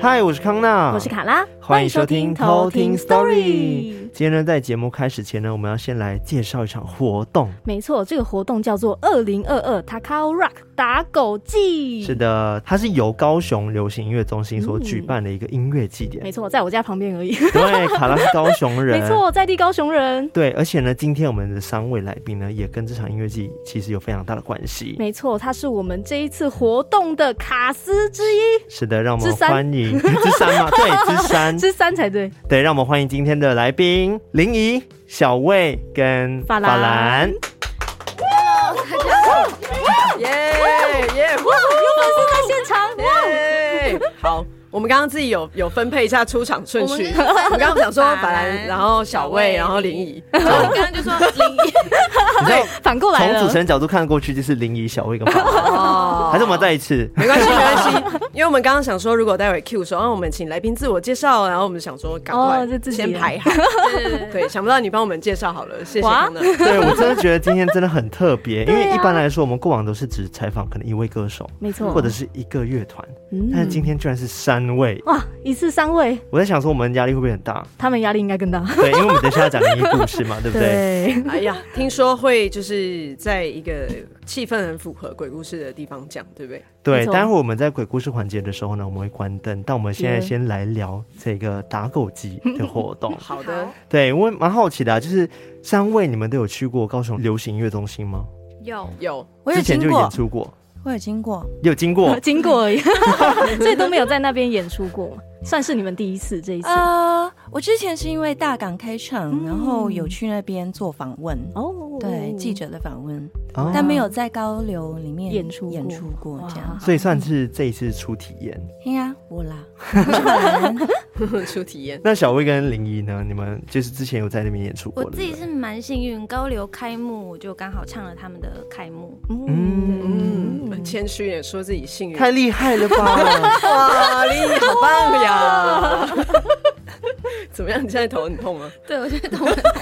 嗨，我是康娜，我是卡拉，欢迎收听偷听 Story。今天呢，在节目开始前呢，我们要先来介绍一场活动。没错，这个活动叫做二零二二 Takao Rock 打狗季。是的，它是由高雄流行音乐中心所举办的一个音乐祭典。没错，在我家旁边而已。对，卡拉是啊高雄人， 没错，在地高雄人。对，而且呢，今天我们的三位来宾呢，也跟这场音乐季其实有非常大的关系。没错，他是我们这一次活动的卡司之一。是的，让我们欢迎 之三 嘛，对，之三，之三才对。哦对，让我们欢迎今天的来宾林怡、小魏跟法 兰。 Hello，大家，耶耶，有粉丝在现场，哦耶，好。我们刚刚自己有有分配一下出场顺序， 我们刚刚想说法兰，然后小魏，然后林 怡，然后你刚刚就说林怡，对，反过来从主持人角度看过去就是林怡、小魏跟法 兰，还是我们再一次？哦没关系，没关系， 因为我们刚刚想说，如果待会 Q 说，啊，我们请来宾自我介绍，然后我们想说赶快先排 好，对，想不到你帮我们介绍好了，谢谢康乐。 对我真的觉得今天真的很特别，因为一般来说我们过往都是只采访可能一位歌手，没错，或者是一个乐团，但是今天居然是三。三位哇，一次三位，我在想说我们压力会不会很大？他们压力应该更大。对，因为我们等下要讲灵异故事嘛，对不 对？对。哎呀，听说会就是在一个气氛很符合鬼故事的地方讲，对不对？对，待会我们在鬼故事环节的时候呢，我们会关灯。但我们现在先来聊这个打狗机的活动。好的。对，我蛮好奇的、啊，就是三位你们都有去过高雄流行音乐中心吗？有有， 我之前就演出过。我有经过，有经过， 经过而已，所以都没有在那边演出过，算是你们第一次这一次。呃，我之前是因为大港开场，嗯、然后有去那边做访问，哦，对记者的访问，哦、但没有在高流里面演出演出过这样，所以算是这一次初体验。对呀、嗯，我啦，初体验。那小薇跟林怡呢？你们就是之前有在那边演出过？我自己是蛮幸运，高流开幕我就刚好唱了他们的开幕，嗯。嗯谦虚也说自己幸运，太厉害了吧！哇，啊你好棒呀！ 怎么样？你现在头很痛吗？对，我现在头很痛。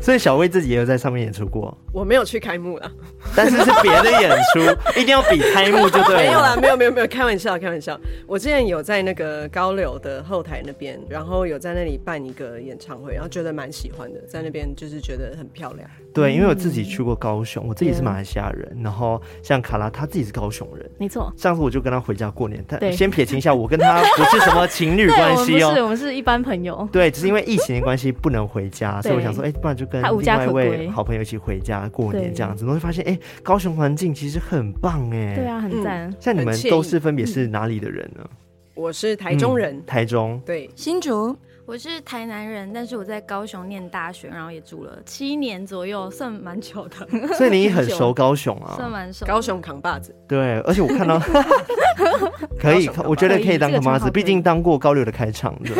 所以小薇自己也有在上面演出过。我没有去开幕啦，但是是别的演出，一定要比开幕就对了。没有啦，没有没有没有，开玩笑开玩笑。我之前有在那个高柳的后台那边，然后有在那里办一个演唱会，然后觉得蛮喜欢的，在那边就是觉得很漂亮。对，因为我自己去过高雄，我自己是马来西亚人，然后像卡拉他自己是高雄人，没错。上次我就跟他回家过年，但先撇清一下，我跟他不是什么情 侣关系哦，我们是，我们是一般朋友。对，只是因为疫情的关系不能回家，所以我想说，哎，不然就跟另外一位好朋友一起回家过年这样子，然后发现，哎，高雄环境其实很棒哎，对啊，很赞。像你们都是分别是哪里的人呢？我是台中人，台中对，新竹。我是台南人，但是我在高雄念大学，然后也住了七年左右，算蛮久的。所以你很熟高雄啊？算蛮熟。哦高雄扛把子。对，而且我 看到可以，我觉得可以当扛把子，毕竟当过高六的开场的。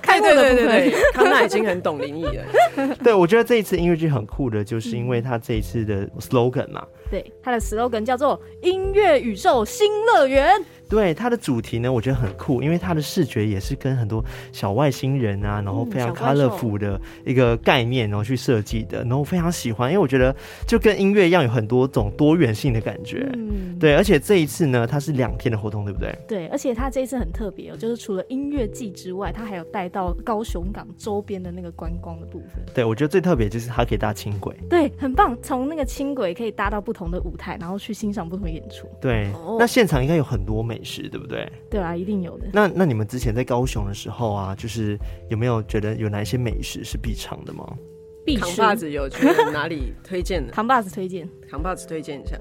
开对对对对，康纳已经很懂林毅 了。对，我觉得这一次音乐剧很酷的，就是因为他这一次的 slogan 嘛。对，他的 slogan 叫做“音乐宇宙新乐园”。对它的主题呢，我觉得很酷，因为它的视觉也是跟很多小外星人啊，然后非常 colorful 的一个概念，然后去设计的，然后非常喜欢，因为我觉得就跟音乐一样，有很多种多元性的感觉。嗯，对，而且这一次呢，它是两天的活动，对不对？对，而且它这一次很特别哦，就是除了音乐季之外，它还有带到高雄港周边的那个观光的部分。对，我觉得最特别就是它可以搭轻轨，对，很棒，从那个轻轨可以搭到不同的舞台，然后去欣赏不同的演出。对，哦、那现场应该有很多美。美食对不对？对啊，一定有的。那那你们之前在高雄的时候啊，就是有没有觉得有哪一些美食是必尝的吗？必扛把子有去哪里推荐的？扛把子推荐，扛把子推荐一下。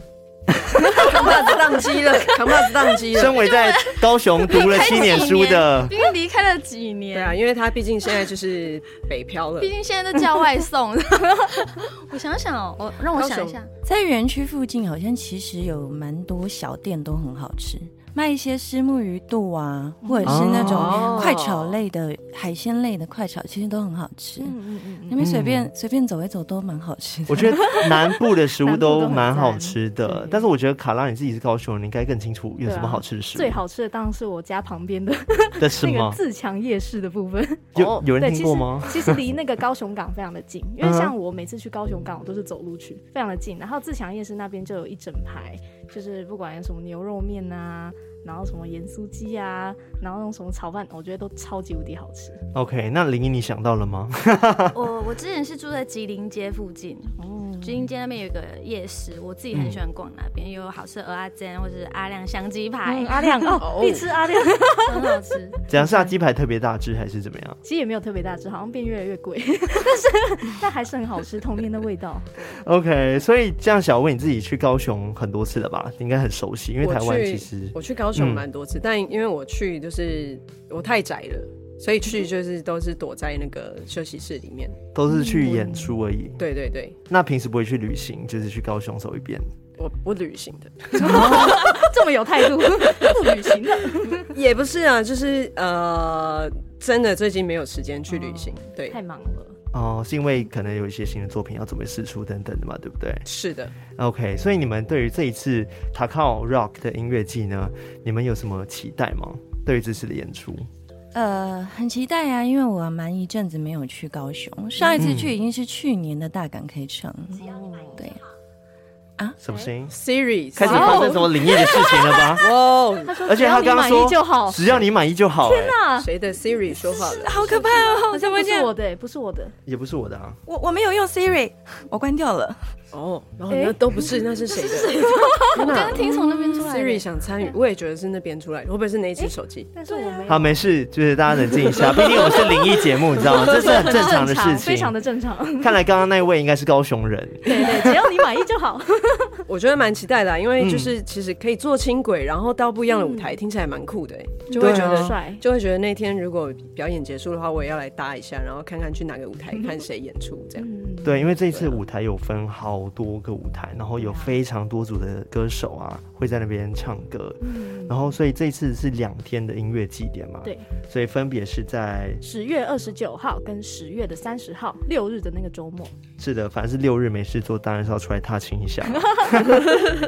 扛把子宕机了，扛把子宕机了。身为在高雄读了七年书 的，因为离开了几年，对啊，因为他毕竟现在就是北漂了，毕竟现在都叫 外送。我想想哦，我让我想一下，在园区附近好像其实有蛮多小店都很好吃。卖一些虱目鱼肚啊，或者是那种快炒类的、海鲜类的快炒，其实都很好吃。嗯嗯嗯那边随便随便走一走都蛮好吃的。我觉得南部的食物南部都都很蛮好赞吃的对，但是我觉得卡拉你自己是高雄人，你应该更清楚有对什么啊好吃的食最物好吃的当然是我家旁边的的是那个吗？自强夜市的部分。 有有对，人其听实过吗？其实离那个高雄港非常的 近，因为嗯像我每次去高雄港，我都是走路去，非常的近。然后自强夜市那边就有一整排，就是不管什么牛肉面啊，然后什么盐酥鸡啊，然后那种什么炒饭，我觉得都超级无敌好吃。 OK，那林一你想到了吗？ 我我之前是住在吉林街附近，哦，吉林街那边有一个夜市，我自己很喜欢逛那边，有好吃的鹅阿煎或者是阿亮香鸡排嗯，，阿亮 哦，必吃阿亮。很好吃。怎样是它鸡排特别大只还是怎么样？其实也没有特别大只，好像变越来越贵，但是但还是很好吃，童年的 味道。 OK，所以这样小魏你自己去高雄很多次了吧？应该很熟悉，因为我台湾其去实我去高雄嗯蛮多次，但因为我去就是我太宅了，所以去就是都是躲在那个休息室里面。都是去嗯演出而已。对对对，那平时不会去旅行，就是去高雄走一遍。我不旅行的， 哦 这么有态度，不旅行的。也不是啊，就是呃，真的最近没有时间去旅行。对太，忙了。哦、是因为可能有一些新的作品要准备试出等等的嘛，对不对是的， ？OK，所以你们对于这一次 Takao Rock 的音乐季呢，你们有什么期待吗？对于这次的演出，呃，很期待啊，因为我蛮一阵子没有去高雄，上一次去已经是去年的大港 K 城。对，什么声音？ series 开始发生什么灵异的事情了吧？哇哦，他说而且他刚只要你刚满说意就好。只要你满意就好、哎，啊，谁的 Siri 说话 了？好可怕哦！怎不么会这是样我的、欸不是我的。也不是我的啊。 我我没有用 Siri，我关掉了。哦，然后诶那都不是，那 是谁的我刚刚听从那边出来的？Siri 想参与，我也觉得是那边出来的，会不会是那一只手机？但是我没有，好，没事，就是大家冷静一 下，毕竟我们是灵异节目，你知道吗？这是很正常的事非常情。的正常。看来刚刚那位应该是高雄人， 对对，只要你满意就 好。我觉得蛮期待的啊、因为就是其实可以坐轻轨，然后到不一样的舞台，听起来蛮酷的、欸，就会对觉啊得帅就会觉得那天如果表演结束的话，我也要来搭一下，然后看看去哪个舞台看谁演出这样。嗯，对，因为这一次舞台有分好多个舞台，然后有非常多组的歌手啊会在那边唱歌，然后所以这次是两天的音乐祭典嘛，嗯对，所以分别是在十月二十九号跟十月的三十号六日的那个周末，是的，反正是六日没事做，当然是要出来踏青一 下。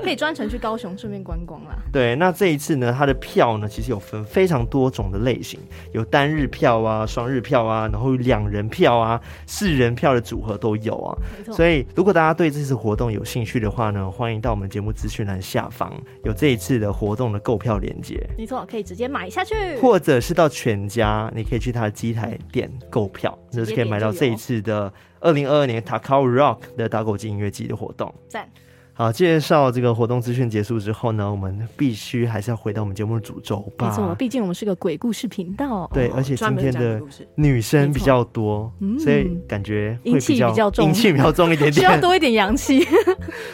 可以专程去高雄顺便观光啦。对，那这一次呢，它的票呢其实有分非常多种的类型，有单日票啊、双日票啊，然后两人票啊、四人票的组合都有啊。没错，所以，如果大家对这次活动有兴趣的话呢，欢迎到我们节目资讯栏下方有这一次的活动的购票链接，没错，可以直接买下去。或者是到全家，你可以去他的机台店购票，就是可以买到这一次的二零二二年 Takao Rock 的打狗机音乐季的活动。赞，好，介绍这个活动资讯结束之后呢，我们必须还是要回到我们节目的主轴没错，吧。毕竟我们是个鬼故事频道。对，哦而且专今门天讲的故事女生比较多，没错所以嗯感觉阴会气比较重阴气比较重一 点 需要点。多一点 阳气。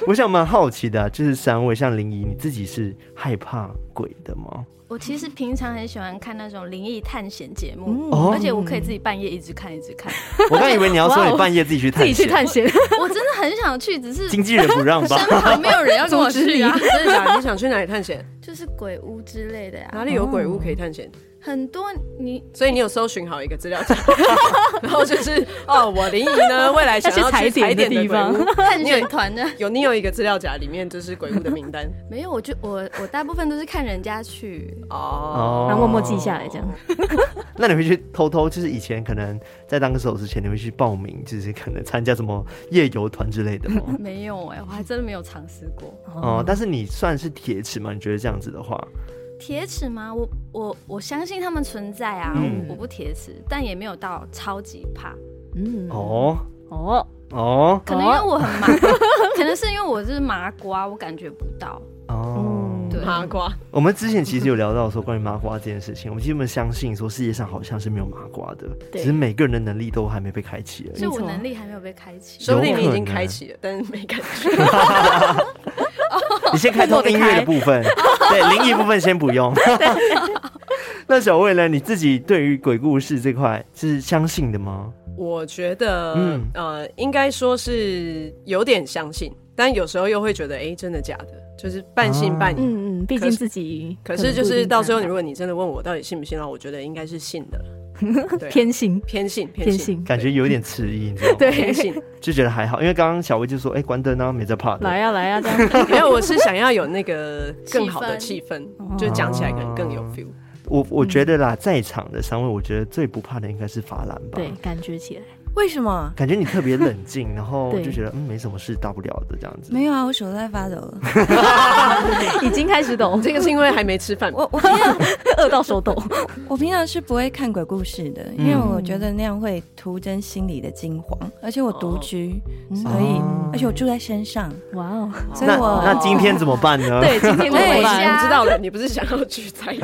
我想蛮好奇的，就是三位，像林怡，你自己是害怕鬼的 吗？我其实平常很喜欢看那种灵异探险节目嗯，哦而且我可以自己半夜一直看一直看，我刚以为你要说哇哦你半夜自己去自探己去险，探险， 我真的很想去，只是经纪人不让 吧？身旁没有人要跟我去 啊，真的假的？你想去哪里探险？就是鬼屋之类的呀、哪里有鬼屋可以探险？很多你所以你有搜寻好一个资料夹， 然后就是哦，我林怡呢，未来想要要去踩去踩点的点的地鬼方屋。探险团 的有你有一个资料夹，里面就是鬼屋的名单没有，我就我我大部分都是看人家去，哦。然后默默记下来，这样。哦那你会去偷偷，就是以前可能在当歌手之前，你会去报名，就是可能参加什么夜游团之类的吗？没有哎、我还真的没有尝试过嗯哦，但是你算是铁齿吗？你觉得这样子的话，铁齿吗？我我我相信他们存在啊，嗯我不铁齿，但也没有到超级怕，嗯，哦哦，哦可能因为我 很麻，可能是因为我是麻瓜，我感觉不到。哦，嗯对，麻瓜，我们之前其实有聊到说关于麻瓜这件事情，我们基本相信说世界上好像是没有麻瓜的，对只是每个人的能力都还没被开启而已 所以。我没错能力还没有被开启。说不定你已有可经能开启了，但是没感觉。你先开通音乐的部 分，对灵异部分先不用。 那小魏呢？你自己对于鬼故事这块是相信的吗？我觉得，嗯呃，应该说是有点相信，但有时候又会觉得，哎、真的假的？就是半信半疑。嗯嗯嗯，毕竟自己可是就是到时候，可能如不一定果你真的问我到底信不信的话，我觉得应该是信的，对啊看得到偏心，偏信偏信心，感觉有点迟疑，你知道吗？偏对，信。就觉得还好，因为刚刚小薇就说，哎、关灯啊，没在怕的。来呀来呀，这样没有，我是想要有那个更好的气气氛，就讲起来可能更有 feel。我我觉得啦，在场的三位，我觉得最不怕的应该是法兰吧。对，，感觉起来为什么？感觉你特别冷 静，然后对就觉得嗯没什么事，大不了的这样子。没有啊，我手都在发抖了。 已经开始抖，这个是因为还没吃饭，我我平常饿到手抖，我平常是不会看鬼故事的，因为我觉得那样会徒增心理的惊慌，而且我独居，所以、哦而且我住在山上， 哇哦，哎所以那我那今天怎么办呢？ 对，今天怎对么我办？知道了，你不是想要去参与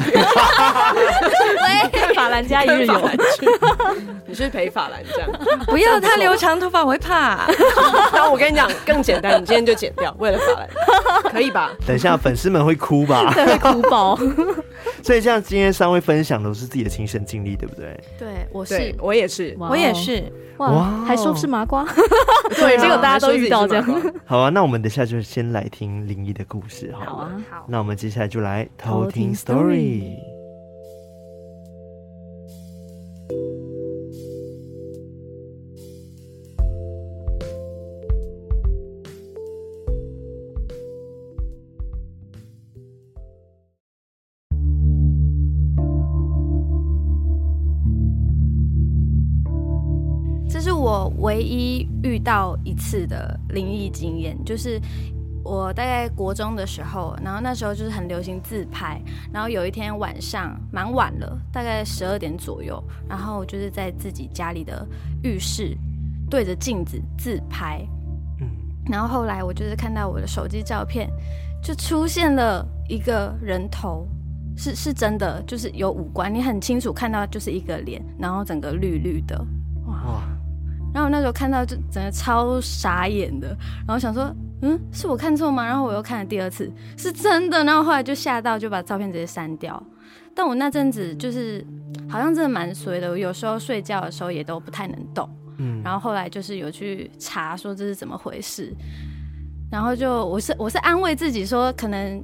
跟 法兰加一日 跟法游，兰去，你去陪法兰这样。不要他留长头发，我会怕。 然后我跟你讲更简单，你今天就剪掉，为了法 兰，可以吧？等一下粉丝们会哭吧。 对，会哭爆。所以这样，今天三位分享都是自己的亲身经历，对不 对？对，我是对，我也是，哇哦我也，是，哇哇，哦还说是麻瓜， 对，结果大家都遇到这还说自己样是麻好瓜。啊，那我们等一下就先来听灵异的故事好了。好啊，好，那我们接下来就来偷听听 story。这是我唯一遇到一次的灵异经验，就是。我大概国中的时候，然后那时候就是很流行自拍，然后有一天晚上蛮晚了，大概十二点左右，然后就是在自己家里的浴室对着镜子自拍，嗯，然后后来我就是看到我的手机照片，就出现了一个人头，是是真的，就是有五官，你很清楚看到就是一个脸，然后整个绿绿的。哇，然后我那时候看到就整个超傻眼的，然后想说，嗯，是我看错吗？然后我又看了第二次，是真的。然后后来就吓到，就把照片直接删掉。但我那阵子就是好像真的蛮衰的，我有时候睡觉的时候也都不太能动。嗯，然后后来就是有去查说这是怎么回事，然后就我是我是安慰自己说，可能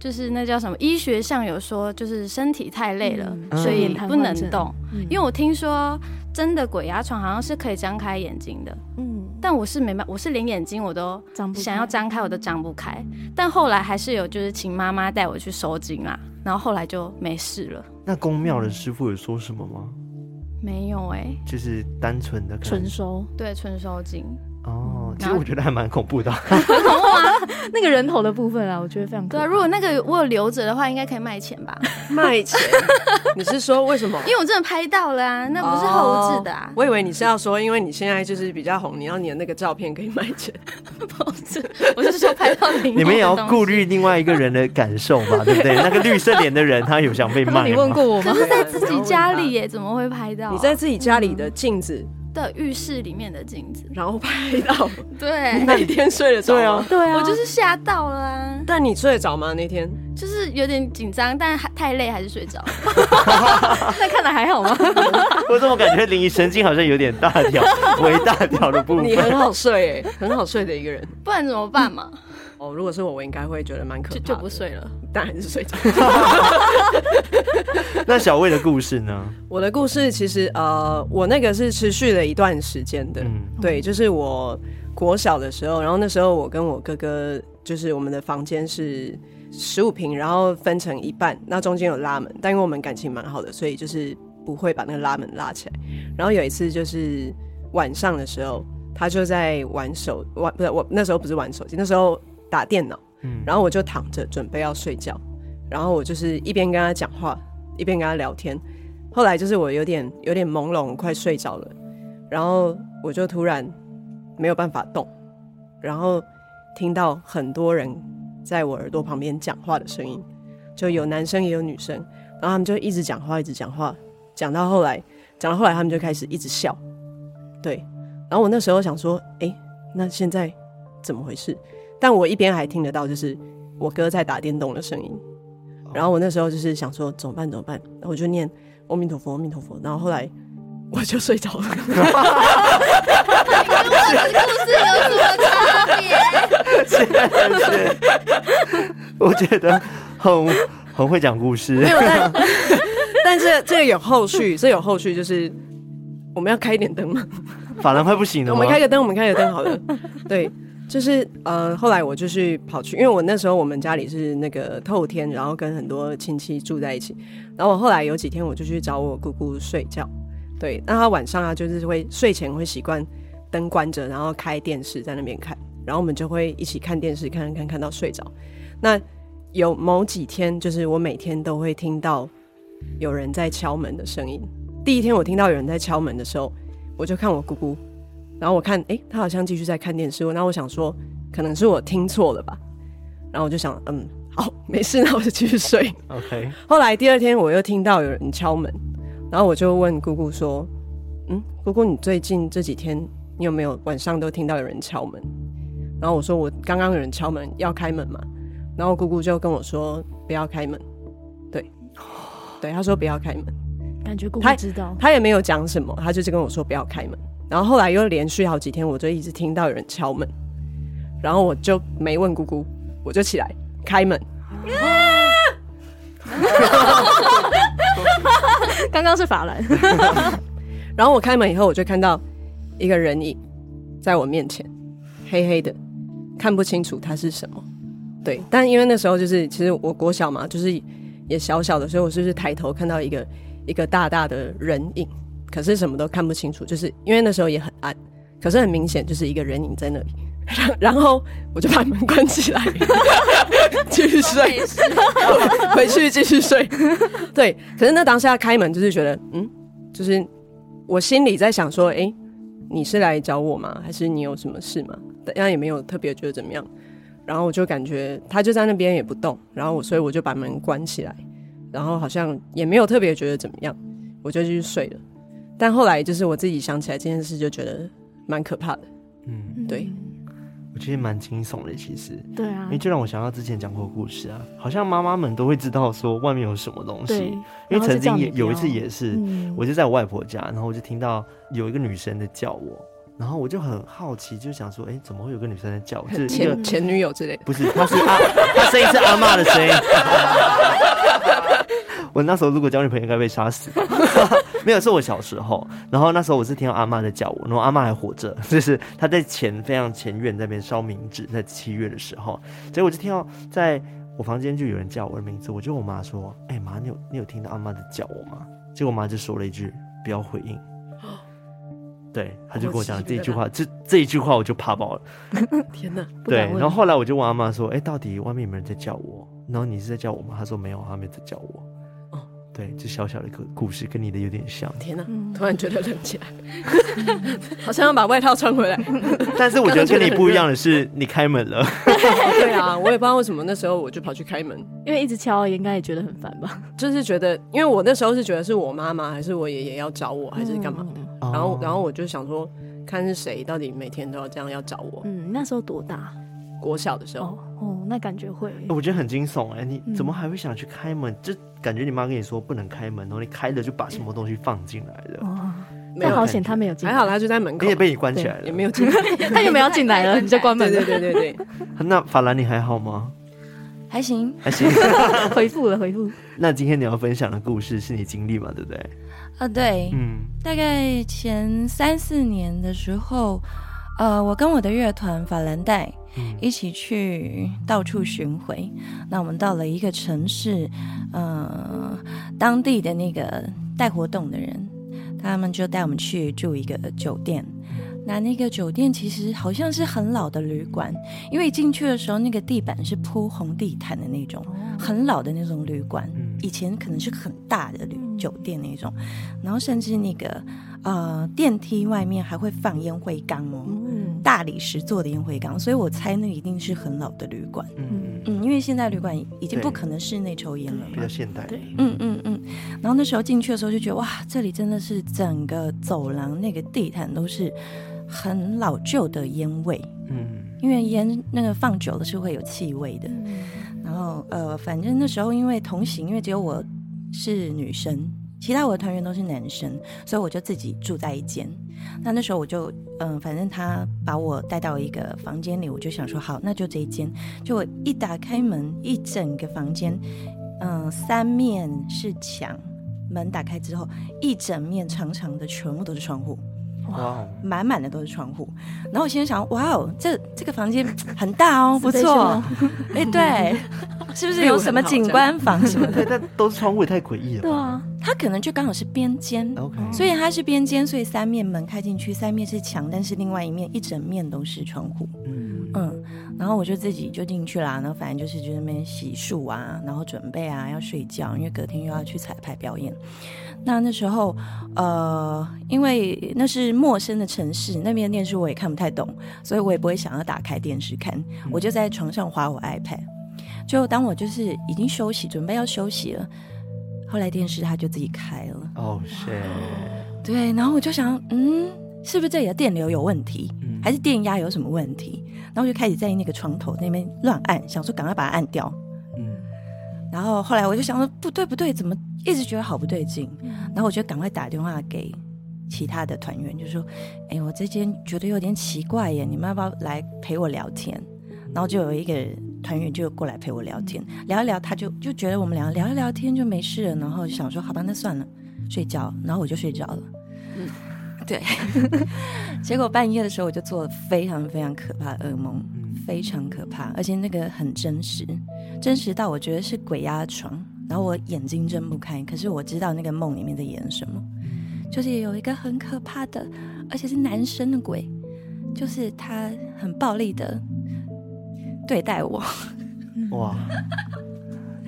就是那叫什么，医学上有说就是身体太累了，嗯所以嗯不能动。嗯因为我听说真的鬼压床好像是可以张开眼睛的，嗯，但我是没办，我是连眼睛我都张不开想要张开我都张不开。但后来还是有就是请妈妈带我去收惊啦，然后后来就没事了，那宫庙的师傅有说什么吗？没有哎、就是单纯的可能纯嗯收对，纯收惊。哦，其然实后我觉得还蛮恐怖的。啊 那个人头的部分啊，我觉得非常可对啊，怕如果那个我有留着的话，应该可以卖钱吧？卖钱， 你是说为什么？因为我真的拍到了啊，那不是后置的啊，我以为你是要说，因为你现在就是比较红，你要你的那个照片可以卖钱。后置，我是说拍到你。你们也要顾虑另外一个人的感受嘛，对不对？那个绿色脸的人，他有 想被刚刚骂你问吗？过我吗可？是在自己家里耶，怎么会拍到啊、你在自己家里的镜子，的浴室里面的镜子，然后拍 到，对，那你天睡得着对吗啊？对啊，我就是吓到了、啊，但你睡得着吗？那天就是有点紧张，但还太累还是睡着了。那看来还好 吗？我怎么感觉林神经好像有点大条，为大条的部你分。很好睡、欸，很好睡的一个人。不然怎么办嘛？ 哦，如果是我，我应该会觉得蛮可怕就的，就不睡了。但还是睡 着。那小魏的故事呢？我的故事其实呃，我那个是持续了一段时间的，嗯对，就是我国小的时候，然后那时候我跟我哥哥，就是我们的房间是十五平，然后分成一半，那中间有拉门，但因为我们感情蛮好的，所以就是不会把那个拉门拉起来。然后有一次就是晚上的时候，他就在玩手玩，不是我那时候不是玩手机，那时候打电脑，嗯，然后我就躺着准备要睡觉，然后我就是一边跟他讲话，一边跟他聊天。后来就是我有点有点朦胧，快睡着了，然后我就突然没有办法动，然后听到很多人在我耳朵旁边讲话的声音，就有男生也有女生，然后他们就一直讲话，一直讲话，讲到后来，讲到后来他们就开始一直笑，对，然后我那时候想说，诶，那现在怎么回事？但我一边还听得到，就是我哥在打电动的声音。然后我那时候就是想说怎么办怎么办，然后我就念阿弥陀佛阿弥陀佛，然后后来我就睡着了。我觉得很很会讲故事没。有，但但这这个有后续，这有后续就是我们要开一点灯吗？法兰快不行了我吗们？开个灯，我们开个 灯好了。对，就是呃，后来我就是跑去，因为我那时候我们家里是那个透天，然后跟很多亲戚住在一起。然后我后来有几天我就去找我姑姑睡觉，对，那她晚上啊就是会睡前会习惯灯关着，然后开电视在那边看，然后我们就会一起看电视，看看看看到睡着。那有某几天，就是我每天都会听到有人在敲门的声音。第一天我听到有人在敲门的时候，我就看我姑姑，然后我看，诶，她好像继续在看电视。那我想说，可能是我听错了吧。然后我就想，嗯，好，没事，那我就继续睡。 OK，后来第二天我又听到有人敲门，然后我就问姑姑说：“嗯，姑姑，你最近这几天你有没有晚上都听到有人敲门？”然后我说：“我刚刚有人敲门，要开门嘛。”然后姑姑就跟我说：“不要开门。”对，对，她说不要开门。感觉姑姑他知道，他也没有讲什么，他就是跟我说不要开门。然后后来又连续好几天，我就一直听到有人敲门，然后我就没问姑姑，我就起来开门。刚刚是法兰，然后我开门以后，我就看到一个人影在我面前，黑黑的，看不清楚它是什么。对，但因为那时候就是其实我国小嘛，就是也小小的，所以我就是抬头看到一个一个大大的人影，可是什么都看不清楚，就是因为那时候也很暗，可是很明显就是一个人影在那里。 然然后我就把门关起来，继续睡，回去继续睡。对，可是那当下开门就是觉得，嗯，就是我心里在想说，诶，你是来找我吗？还是你有什么事吗？但但也没有特别觉得怎么样。然后我就感觉他就在那边也不动，然后我所以我就把门关起来，然后好像也没有特别觉得怎么样，我就继续睡了。但后来就是我自己想起来这件事，就觉得蛮可怕的。嗯，对，我觉得蛮惊悚的，其实，对啊因为，就让我想到之前讲过的故事啊，好像妈妈们都会知道说外面有什么东对西，，因为然后就曾叫经你也有一次不要也是，嗯我就在我外婆家，然后我就听到有一个女生在叫我，然后我就很好奇，就想说，哎、怎么会有个女生在叫我？就是一个前前女友之类的，不是，她是阿， 她声音是阿嬷的声音。 我那时候如果交女朋友应该被杀死， 没有是我小时候。然后那时候我是听到阿嬷在叫我，然后阿嬷还活着， 就是她在前非常前院那边烧冥纸，在七月的时候，结果我就听到在我房间就有人叫我的名字，我就问我妈说：“哎、妈，你有你有听到阿嬷在叫我吗？”结果我妈就说了一句：“不要回应。”对，她就跟我讲了这一句话，这这一句话我就怕爆了。天哪！不对敢，问然后后来我就问阿妈说：“哎、到底外面有没有人在叫我？然后你是在叫我吗？”她说：“没有，他没有在叫我。”哦，对，就小小的一个故事，跟你的有点像天哪！突然觉得冷起来， 好像要把外套穿回来。但是我觉得跟你不一样的是，你开门了，对啊，我也不知道为什么那时候我就跑去开门，因为一直敲，应该也觉得很烦吧？就是觉得，因为我那时候是觉得是我妈妈还是我爷爷要找我，还是干嘛的。嗯 然哦后，然后我就想说，看是谁到底每天都要这样要找我。嗯，那时候多大？国小的时候，哦哦，那感觉会，我觉得很惊悚哎、你嗯怎么还会想去开门？就感觉你妈跟你说不能开门，然后你开了就把什么东西放进来了，哦没但有好险他没有进还来，好他就在门口你也，被你关起来也了。没有进来。他有没有进来了？你就 关对门对了，对对对， 那法兰你还好吗？还行。还 行。回复了回复。那今天你要分享的故事是你经历嘛？对不对？啊，对，嗯，大概前三四年的时候，呃，我跟我的乐团法兰黛一起去到处巡回。那我们到了一个城市，呃，当地的那个带活动的人，他们就带我们去住一个酒店。那那个酒店其实好像是很老的旅馆，因为进去的时候那个地板是铺红地毯的那种，很老的那种旅馆嗯，以前可能是很大的旅嗯酒店那种，然后甚至那个呃电梯外面还会放烟灰缸哦，嗯，大理石做的烟灰缸，所以我猜那一定是很老的旅馆，嗯，嗯，因为现在旅馆已经对不可能室内抽烟了比嘛较。现代。对，嗯嗯嗯，然后那时候进去的时候就觉得哇，这里真的是整个走廊那个地毯都是很老旧的烟味，嗯，因为烟那个放久了是会有气味的。嗯然后呃，反正那时候因为同行，因为只有我是女生，其他我的团员都是男生，所以我就自己住在一间。那那时候我就，嗯、反正他把我带到一个房间里，我就想说好，那就这一间。就我一打开门，一整个房间，嗯、三面是墙，门打开之后，一整面长长的全部都是窗户。哇，哦满满的都是窗户。然后我心里想，哇哦，这这个房间很大哦，不 Special 错。哎、对，是不是有什么景观房什么的？对，但都是窗户也太诡异了对吧。啊，它可能就刚好是边间。 OK，所以它是边间，所以三面门开进去，三面是墙，但是另外一面一整面都是窗户。嗯，嗯，然后我就自己就进去啦，然后反正就是就在那边洗漱啊，然后准备啊要睡觉，因为隔天又要去彩排表演。那那时候，呃，因为那是陌生的城市，那边的电视我也看不太懂，所以我也不会想要打开电视看，我就在床上划我 iPad。就当我就是已经休息，准备要休息了，后来电视它就自己开了。哦，是，对，然后我就想，嗯，是不是这里的电流有问题，嗯还是电压有什么问题？然后我就开始在那个床头那边乱按，想说赶快把它按掉。嗯，然后后来我就想说，不对不对，怎么一直觉得好不对劲？然后我就赶快打电话给其他的团员，就说，哎，我这间觉得有点奇怪耶，你们要不要来陪我聊天？然后就有一个团员就过来陪我聊天，聊一聊，他就就觉得我们俩聊一聊天就没事了，然后就想说，好吧，那算了，睡觉。然后我就睡着了。对， 结果半夜的时候我就做了非常非常可怕的噩梦，非常可怕，而且那个很真实，真实到我觉得是鬼压床，然后我眼睛睁不开，可是我知道那个梦里面在演什么，就是有一个很可怕的，而且是男生的鬼，就是他很暴力的对待我，嗯哇，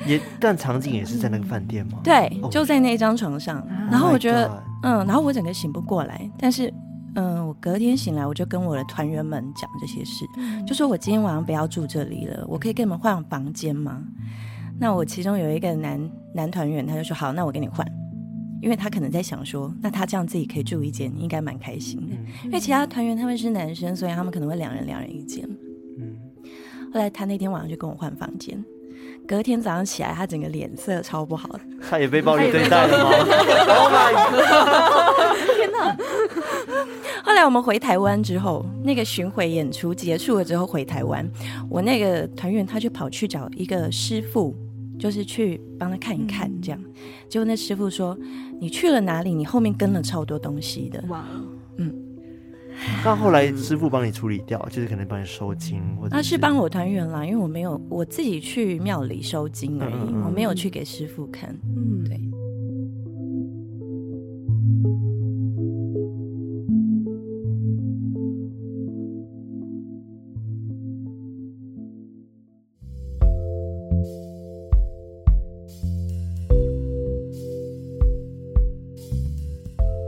也但场景也是在那个饭店吗？对 Oh，就在那张床上，然后我觉得。嗯，然后我整个醒不过来，但是，嗯，我隔天醒来，我就跟我的团员们讲这些事，就说我今天晚上不要住这里了，我可以跟你们换房间吗？那我其中有一个男男团员，他就说好，那我跟你换，因为他可能在想说，那他这样自己可以住一间，应该蛮开心的，因为其他团员他们是男生，所以他们可能会两人两人一间。嗯，后来他那天晚上就跟我换房间，隔天早上起来，他整个脸色超不好的。他也被暴力对待了吗？Oh my god！后来我们回台湾之后，那个巡回演出结束了之后回台湾，我那个团员他就跑去找一个师傅，就是去帮他看一看这样。嗯结果那师傅说：“你去了哪里？你后面跟了超多东西的。哇，那后来师傅帮你处理掉，就是可能帮你收金，或”者那啊是帮我团员啦，因为我没有我自己去庙里收金而已，嗯嗯嗯我没有去给师傅看。嗯，对，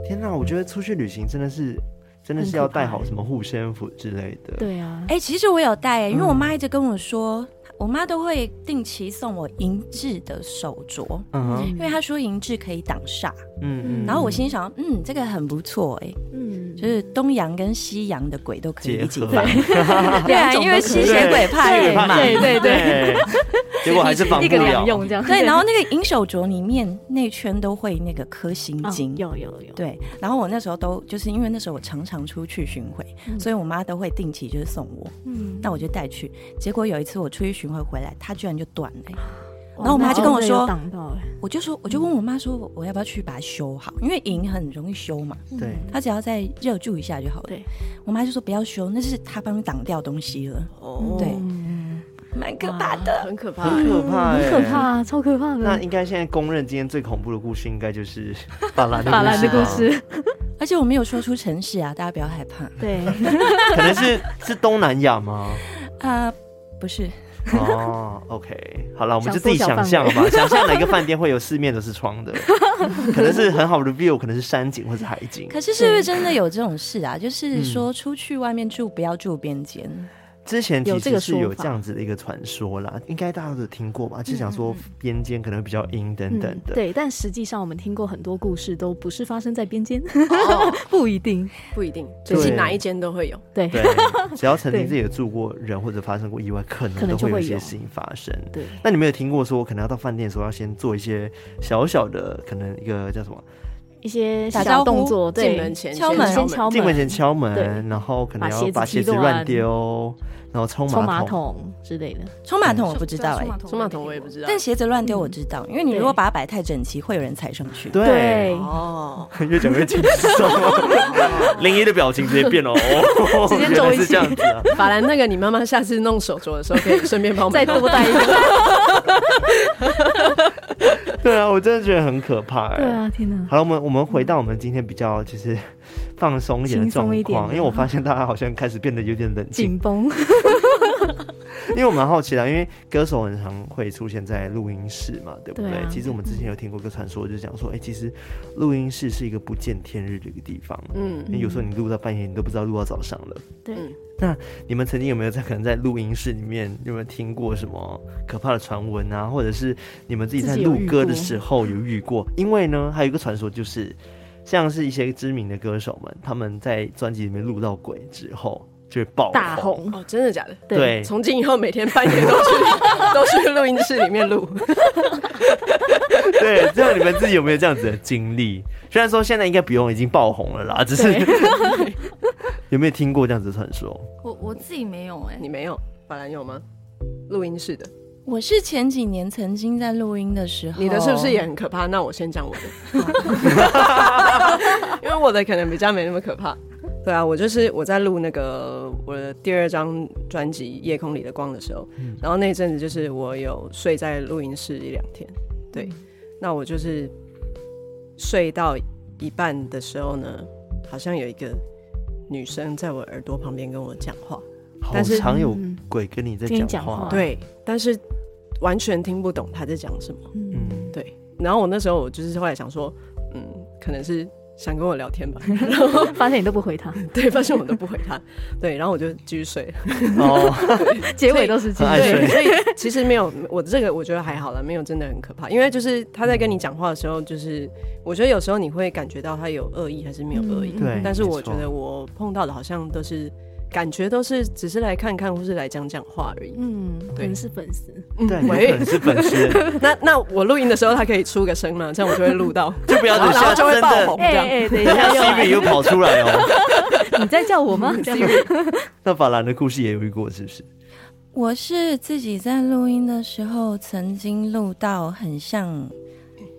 天哪，我觉得出去旅行真的是，真的是要带好什么护身符之类的。，对啊，哎、其实我有嗯带、因为我妈一直跟我说，我妈都会定期送我银质的手镯，嗯哼因为她说银质可以挡煞。嗯嗯，然后我心想，嗯，这个很不错哎、嗯，就是东洋跟西洋的鬼都可以结一起合，放，对两啊，种都可以因为吸血鬼怕对鬼对嘛。对对对，结果还是防一不个两了。用这样，对，然后那个银手镯里面内圈都会那个颗星哦星，有有有，对，然后我那时候都就是因为那时候我常常出去巡回，所以我妈都会定期就是送我，嗯，那我就带去。结果有一次我出去巡回回来，它居然就断了欸、哇然后我妈就跟我那真的有说挡到哎，我就说我就问我妈说，我要不要去把它修好？因为银很容易修嘛，对，它只要再热注一下就好了。对，我妈就说不要修，那是它帮你挡掉东西了，哦对蛮可怕的。哇很可嗯怕。很可怕，欸很可。怕，超可怕那的，应该现在公认今天最恐怖的故事，应该 就是法兰法兰的故吧，事，而且我没有说出城市啊，大家不要害怕。对，可能是是东南亚 吗？啊、不是，哦，OK，好了，我们就自己想象吧，想象哪个饭店会有四面都是窗的，可能是很好的 view，可能是山景或是海景。嗯可是是不是真的有这种事啊？就是说出去外面住，不要住边间。之前有其这实个是说有法这样子的一个传说啦，应该大家都有听过吧？就想说嗯嗯边间可能比较阴等等的。嗯对，但实际上我们听过很多故事，都不是发生在边间，哦， 不一定。不一定，对最近哪一间都会有。对对，只要曾经对自己有住过人或者发生过意外，可可能能都就会有会一些有事情发生。对那你没有听过说，可能要到饭店的时候要先做一些小小的，可能一个叫什么？一些打招小呼动作，对，进门前敲门先敲进门门前敲门，对然后可能把要鞋子把踢鞋子乱乱丢，然后冲冲马马桶之类的。冲马桶我不知道嗯哎、冲马桶我也不知道，但鞋子乱丢我知道，因为你如果对把它摆太整齐，会有人踩上去。对，哦，越讲越紧 张，林一的表情直接变了，哦，直接原来皱一是起这样子啊。法兰那个你妈妈下次弄手镯的时候，可以顺便帮我们再多带一个。对啊，我真的觉得很可怕哎、对啊，天哪！好了，我们我们回到我们今天比较就是放松一点的轻状松一点况，的因为我发现大家好像开始变得有点冷静紧，绷， 因为我蛮好奇的，因为歌手很常会出现在录音室嘛，对不对？对啊其实我们之前有听过一个传说，就是讲说，哎、其实录音室是一个不见天日的一个地方，嗯因为有时候你录到半夜，你都不知道录到早上了。对嗯那你们曾经有没有在可能在录音室里面有没有听过什么可怕的传闻啊，或者是你们自己在自己有录遇歌的过时候有遇过？因为呢，还有一个传说就是，像是一些知名的歌手们，他们在专辑里面录到鬼之后就会爆大。红，哦，真的假的？对对， 从今以后每天半夜都去 都去录音室里面录， 对，知道你们自己有没有这样子的经历？虽然说现在应该不用，已经爆红了啦，只是 有没有听过这样子的传说？我我自己没有哎、你没有？法兰有吗？录音室的，我是前几年曾经在录音的时候，你的是不是也很可怕？那我先讲我的， 因为我的可能比较没那么可怕。对啊，我就是我在录那个我的第二张专辑《夜空里的光》的时候，然后那阵子就是我有睡在录音室一两天。对，那我就是睡到一半的时候呢，好像有一个女生在我耳朵旁边跟我讲话，好但是常有嗯鬼跟你在跟你讲讲话，话对，但是完全听不懂她在讲什么。嗯，对，然后我那时候我就是后来想说，嗯，可能是想跟我聊 天吧，然嗯后 发现你都不回他，对，发现我都不回他，对，然后我就继续睡了，哦，结尾都是这很爱样。睡对，所以其实没有我这个我觉得还好了，没有真的很可怕，因为就是他在跟你讲话的时候，就是我觉得有时候你会感觉到他有恶意还是没有恶意，嗯对但是没我觉错得我碰到的好像都是感觉都是只是来看看或是来讲讲话而已，嗯，可对能是粉丝，嗯对，有可喂能，是粉丝， 那那我录音的时候他可以出个声嘛，这样我就会录到，就不要等然下后就会真爆的红，这样。哎，等一等一下 下又 Siri 嗯又跑出来哦。来你在叫我吗？这样那法兰的故事也有遇过，是不是？我是自己在录音的时候，曾经录到很像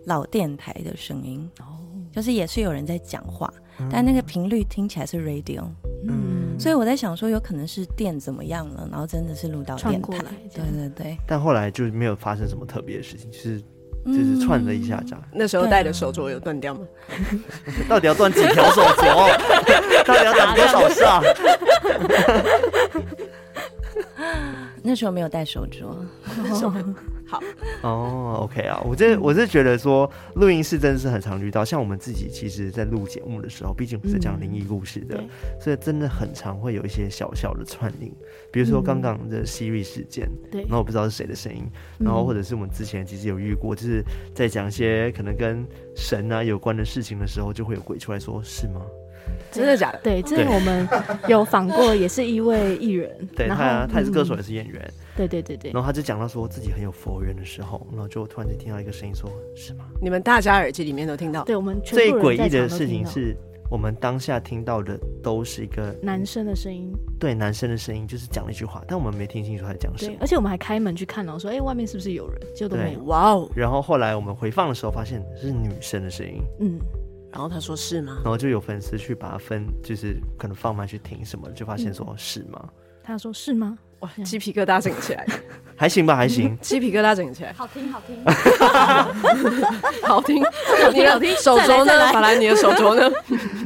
老电台的声音，哦就是也是有人在讲话，嗯但那个频率听起来是 radio，嗯，所以我在想说，有可能是电怎么样了，然后真的是录到串电过台来，这对样对对，但后来就是没有发生什么特别的事情，就是嗯就是串了一下闸。那时候戴的手镯有断掉吗？到底要断几条手镯？ 到底要打多少下？那时候没有戴手镯，哦，OK 啊，我这我是觉得说，录音室真的是很常遇到，像我们自己其实，在录节目的时候，毕竟我们是讲灵异故事的，嗯对所以真的很常会有一些小小的串音，比如说刚刚的 Siri 事件，嗯对嗯嗯然，后我不知道是谁的声音，然后或者是我们之前其实有遇过，就是在讲一些可能跟神啊有关的事情的时候，就会有鬼出来说是吗？真的假的？对，啊之前我们有访过，也是一位艺人，对然他，后他也是歌手，嗯也是演员，对对对对，然后他就讲到说自己很有佛缘的时候，然后就突然间听到一个声音说是吗？你们大家耳机里面都听到，对我们全最部诡人在异的场都事情听到是我们当下听到的都是一个男生的声音，对男生的声音，就是讲了一句话，但我们没听清楚他在讲什对，么。而且我们还开门去看，然后说，哎，外面是不是有人？结果都没有，哇哦！然后后来我们回放的时候，发现是女生的声音，嗯，然后他说是吗然？后就有粉丝去把它分，就是可能放慢去听什么的，就嗯发现说是吗？他说是吗？哇，鸡皮疙瘩整起来，。还行吧，还行 鸡皮疙瘩整起来，好听好听，好听，好听好听手镯再来再呢？来法兰你的手镯呢？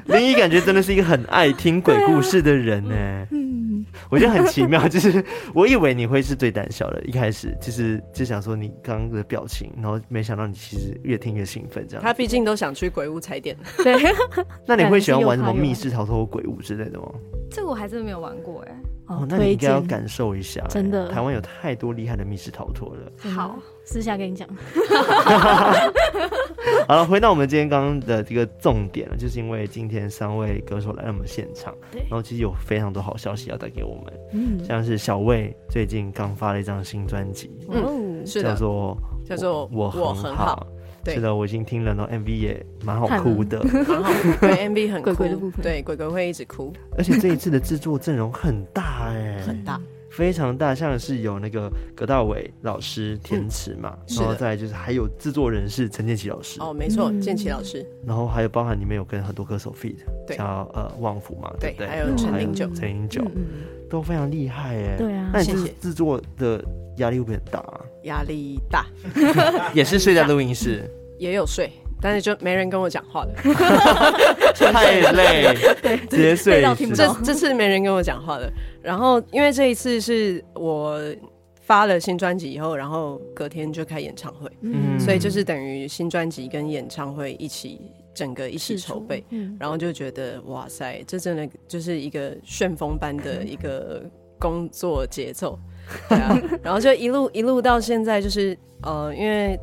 林一感觉真的是一个很爱听鬼故事的人呢、嗯，我觉得很奇妙，就是我以为你会是最胆小的，一开始就是就想说你刚刚的表情，然后没想到你其实越听越兴奋这样。他毕竟都想去鬼屋踩点， 对，那你会喜欢玩什感么觉是又怕又密室逃脱、鬼屋之类的吗？这个我还真的没有玩过哎、哦，那你推应该要荐，感受一下、真的哎台湾有太多厉害的密室逃脱了。 好，私下跟你讲，好了，回到我们今天刚刚的这个重点了，就是因为今天三位歌手来到我们现场，对然后其实有非常多好消息要带给我们，嗯，像是小魏最近刚发了一张新专辑，嗯哦，是叫的，做叫做我我很很好，对是的，我已经听了，然后 MV 也蛮好哭的，然后对 MV 很鬼鬼的哭部分对鬼鬼会一直哭，而且这一次的制作阵容很大哎、 很大，非常大，像是有那个葛大伟老师填词嘛，嗯是的然后再来就是还有制作人是陈建奇老师，哦，没错，嗯建奇老师，然后还有包含里面有跟很多歌手 feed，对像呃旺福嘛，对对不对？还有陈零零九陈零九嗯嗯，都非常厉害哎，对啊那你这谢次谢制作的压力会不会很大啊？压力大， 也是睡在录音室，也有睡，但是就没人跟我讲话了。 太累，直接睡累到听不死 这懂这次没人跟我讲话了。然后因为这一次是我发了新专辑以后，然后隔天就开演唱会，嗯所以就是等于新专辑跟演唱会一起整个一起是筹备。，嗯，然后就觉得哇塞，这真的就是一个旋风般的一个工作节奏， 对啊，然后就一路一路到现在，就是呃，因为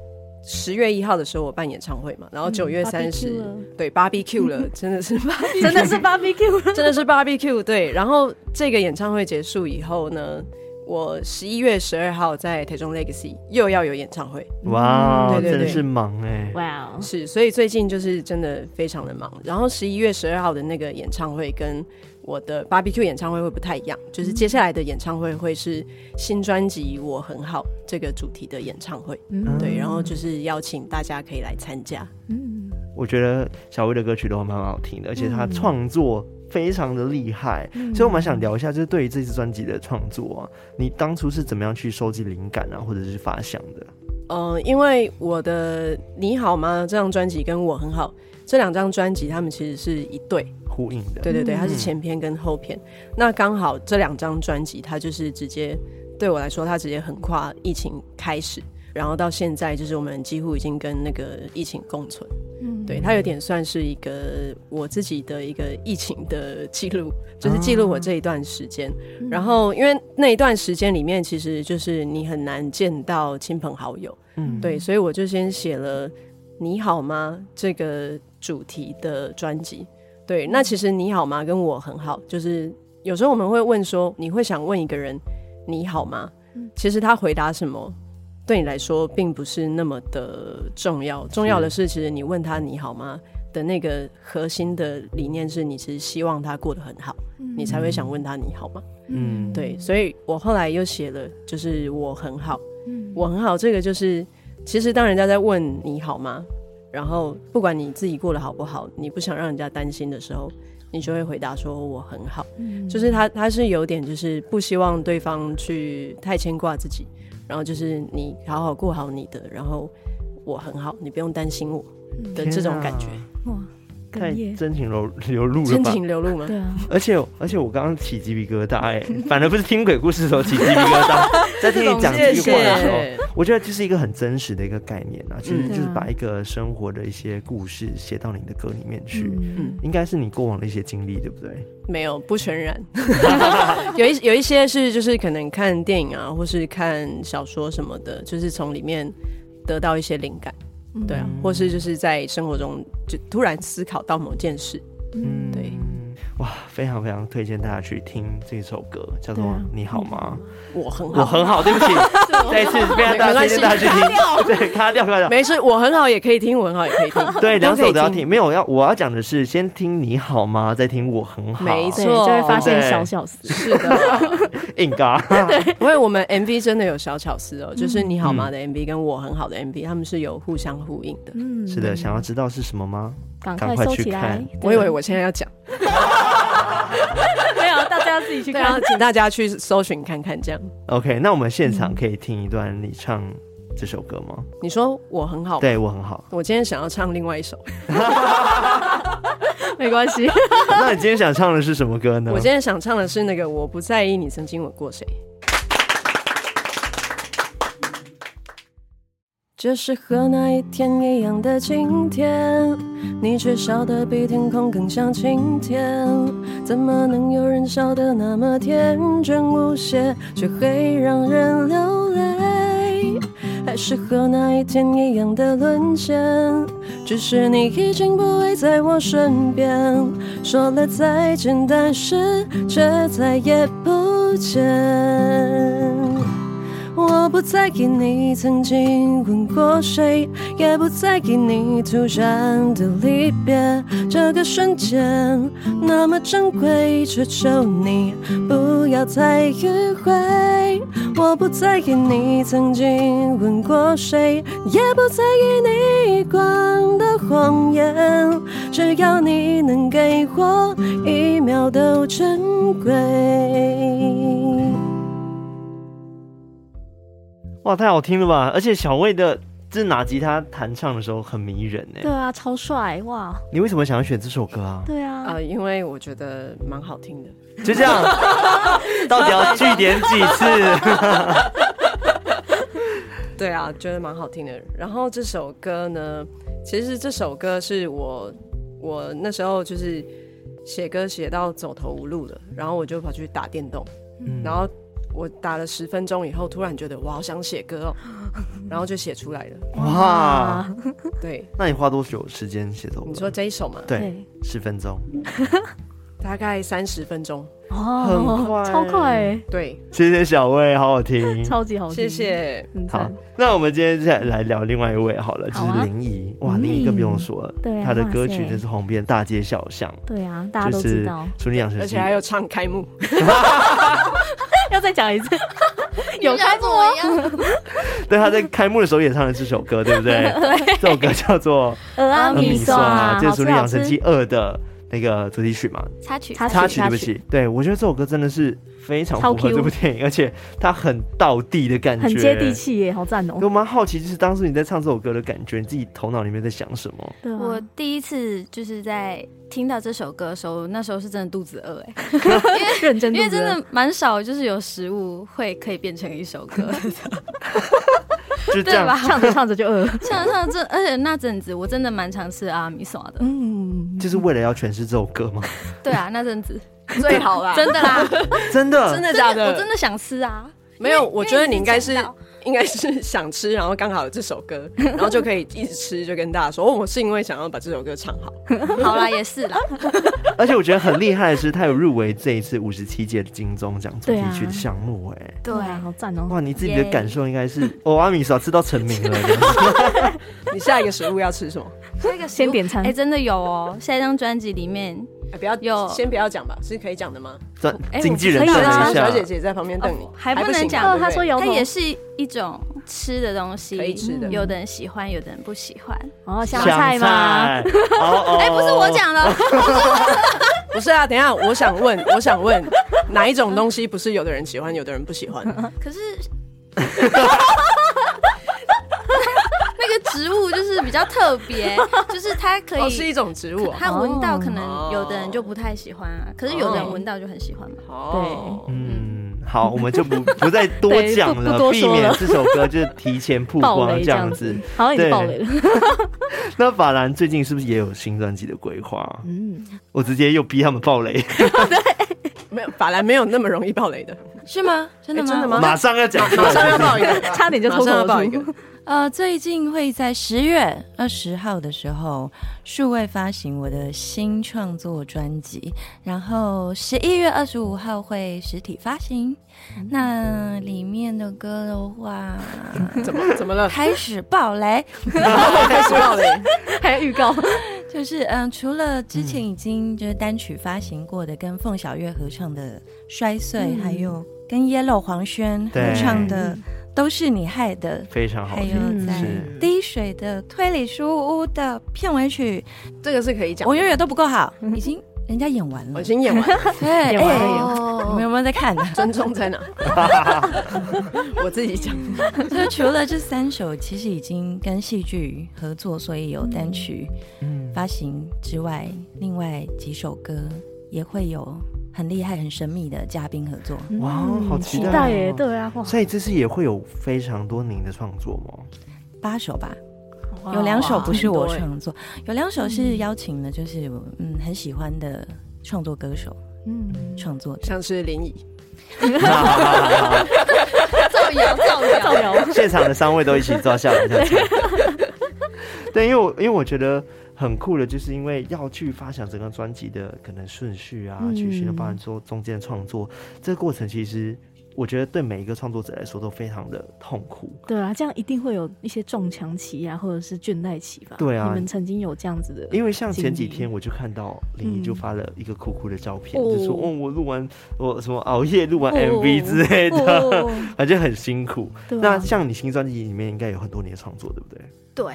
十月一号的时候我办演唱会嘛，然后九嗯月三十、 BBQ 了对 barbecue 了，真的是 barbecue 真的是 barbecue 了，真的是 barbecue 对，然后这个演唱会结束以后呢，我十一月十二号在台中 Legacy 又要有演唱会，哇，嗯对对真的对是忙哎，哇哦，是，所以最近就是真的非常的忙。然后十一月十二号的那个演唱会跟我的 BBQ 演唱会会不太一样，就是接下来的演唱会会是新专辑《我很好》这个主题的演唱会，嗯对，然后就是邀请大家可以来参加。嗯，我觉得小薇的歌曲都蛮好听的，而且她创作非常的厉害，嗯嗯所以我蛮想聊一下，就是对于这次专辑的创作啊，你当初是怎么样去收集灵感啊，或者是发想的？呃，因为我的《你好吗》这张专辑跟我很好这两张专辑，他们其实是一对，呼应的，对对对，它是嗯前篇跟后篇。那刚好这两张专辑，它就是直接对我来说，它直接横跨疫情开始，然后到现在，就是我们几乎已经跟那个疫情共存。嗯对，它有点算是一个我自己的一个疫情的记录，就是记录我这一段时间。然后，因为那一段时间里面，其实就是你很难见到亲朋好友，嗯对，所以我就先写了《你好吗》这个主题的专辑。对，那其实《你好吗》跟我很好，就是有时候我们会问说，你会想问一个人“你好吗”，其实他回答什么，对你来说并不是那么的重要。重要的是，其实你问他“你好吗”的那个核心的理念是你其实希望他过得很好，你才会想问他“你好吗”。嗯，对，所以我后来又写了，就是我很好，我很好，这个就是其实当人家在问你好吗，然后不管你自己过得好不好，你不想让人家担心的时候，你就会回答说我很好，嗯就是他他是有点就是不希望对方去太牵挂自己，然后就是你好好过好你的，然后我很好，你不用担心我的这啊种感觉，嗯哇，太哽咽，真情流流露了真吧？情流露吗？对啊，而且而且我刚刚起鸡皮疙瘩哎、 反而不是听鬼故事的时候起鸡皮疙 瘩，在听你讲这谢句话的时候，谢。我觉得这是一个很真实的一个概念啊，其实嗯就是对啊把一个生活的一些故事写到你的歌里面去，嗯应该是你过往的一些经历，对不对？没有，不全然。 有一有一些是就是可能看电影啊，或是看小说什么的，就是从里面得到一些灵感，对啊，或是就是在生活中就突然思考到某件事。嗯，对。哇，非常非常推荐大家去听这首歌，叫做对《啊你好吗》。我很我好，很好，对 不起，再一次非常大家推没关系荐大家去听，对，卡掉卡掉。，没事，我很好也可以听，我很好也可以 听对，两首都要可以听。。没有，要我要讲的是，先听你好吗，再听我很好。没对，就错会发现对小小事，是 的，硬嘎。因为我们 MV 真的有小巧思哦，就是你好吗的 MV 跟我很好的 MV，他们是有互相呼应的。嗯，是的，想要知道是什么吗？赶赶快快收去起来看。我以为我现在要讲， 没有，大家自己去对啊，看。请大家去搜寻看看。这样， OK，那我们现场可以听一段你唱这首歌吗？你说我很好吗，对我很好。我今天想要唱另外一首。没关 系，那你今天想唱的是什么歌呢？我今天想唱的是那个我不在意你曾经吻过谁。这是和那一天一样的今天，你却笑得比天空更像晴天。怎么能有人笑得那么天真无邪，却会让人流泪？还是和那一天一样的沦陷，只是你已经不会在我身边。说了再见，但是却再也不见。我不在意你曾经吻过谁，也不在意你突然的离别。这个瞬间那么珍贵，求求你不要再迂回。我不在意你曾经吻过谁，也不在意你一贯的谎言。只要你能给我一秒都珍贵。哇，太好听了吧！而且小魏的这拿吉他弹唱的时候很迷人对哎，啊，超帅哇！你为什么想要选这首歌啊？对啊，啊，因为我觉得蛮好听的。就这样，到底要据点几次？对啊，觉得蛮好听的。然后这首歌呢，其实这首歌是我我那时候就是写歌写到走投无路了，然后我就跑去打电动，嗯然后我打了十分钟以后，突然觉得我好想写歌哦，然后就写出来了。哇，对，那你花多久时间写作你文？说这一首嘛，对，对十分钟，大概三十分钟。很快哦，超快，对，谢谢小魏，好好听。 超级好听，谢，谢。很好赞，，那我们今天再来聊另外一位好了，就好啊是林怡。哇，林怡更不用说了，对啊她的歌哇曲塞真是红遍大街小巷，对啊，大家就都知是 道， 《处女养成而记且》还有唱开幕，要再讲一次，有看开怎幕么哦，样？对，她在开幕的时候也唱了这首歌，对不对？这首歌叫做俄阿阿《米米米索索啊啊，》，就是《好处女吃好养成记吃，二》的那个主题曲嘛。插曲，插插插曲，对不起，对我觉得这首歌真的是非常符超合 Q 这部电影，而且它很道地的感觉，很接地。气耶，好赞哦我，蛮好奇，就是当时你在唱这首歌的感觉，你自己头脑里面在想什么？对嗯啊我第一次就是在听到这首歌的时候，那时候是真的肚子饿哎、认真，因为真的蛮少，就是有食物会可以变成一首 歌，就是这对样，吧？唱 着唱着就饿了，像像这，而且那阵子我真的蛮常吃阿米索的，嗯，就是为了要诠释这首歌吗？对啊，那阵子 最好啦，真的啦，真的， 真的假我的真？的想吃啊， 没有，我觉得你应该因是为一直讲到应该是想吃，然后刚好有这首歌，然后就可以一直吃，就跟大家说，哦，我是因为想要把这首歌唱好。好啦，也是 啦，而且我觉得很厉害的是，他有入围这一次五十七届的金钟奖主对题啊曲的项目、哎、对对啊，好赞哦，哇，你自己的耶感受应该是，哦，阿米少吃到成名了，这样子你下一个食物要吃什么？这个先点餐哎，真的有哦，下一张专辑里面哎不要有先不要讲吧，是可以讲的吗？专哎我经纪人可以瞪啊了一张小姐下，姐在旁边瞪你哦，还不不行能讲对哦，不对他说摇它头，也是一种吃的东西，可以吃的有的人喜欢，有的人不喜欢。哦，香菜菜嘛，，哦哦，哎、不是我，讲了，不是啊，等一下，我想问，我想问，哪一种东西不是有的人喜欢，有的人不喜欢？可 是那个植物就是比较特别，就是它可哦，是一以，种植物哦。哦它闻到可能有的人就不太喜欢啊，可是有的人闻到就很喜欢嘛。哦，嗯，好，我们就不不再多讲对了，不不多避说免了这首歌就是提前曝爆光雷这这样样子子。，好像已经对爆雷了， 那法兰最近是不是也有新专辑的规划？嗯，我直接又逼他们爆 雷，没有，法兰没有那么容易爆雷的，是吗？真的哎吗？真的吗马上要讲出马上来。要爆一 个，差点就马脱口上而要出爆一个。呃，最近会在十月二十号的时候，数位发行我的新创作专辑，然后十一月二十五号会实体发行。嗯那里面的歌的话，怎么 怎么了？开始爆雷，开始爆雷。还有预告，就是嗯、呃除了之前已经就是单曲发行过的，跟凤小岳合唱的《摔碎》，还有跟 Yellow 黄轩合嗯对唱的《都是你害的》， 非常好还有听，嗯在是滴水的推理书屋的片尾曲，这个是可以讲的，我永远都不够好，已经人家演完了我已，经演完了，哦对，演完了哎演完你们有没有在看呢、 尊重在哪？我自己讲，就除了这三首，其实已经跟戏剧合作，所以有单曲嗯发行之外，另外几首歌也会有很厉害、很神秘的嘉宾合作。哇好期嗯期待哦待耶，对啊，哇，所以这次也会有非常多您的创作吗？ 八首吧，哇有两首不是我很多欸创作，有两首是邀请了，就是我嗯很喜欢的创作歌手嗯，创作的。像是林怡，造谣造谣，造谣，现场的三位都一起抓下来，这样子 对，因为我因为我觉得很酷的，就是因为要去发想整个专辑的可能顺序啊，嗯去寻求包含说中间的创作，这个过程其实我觉得对每一个创作者来说都非常的痛苦。对啊，这样一定会有一些撞墙期啊，或者是倦怠期吧？对啊你们曾经有这样子的，因为像前几经历天我就看到林怡就嗯发了一个哭哭的照片，哦就说：“哦，我录完我什么熬夜录完哦 MV 之类的，不 反正很辛苦。”对那啊，像你新专辑里面应该有很多你的创作，对不对？对，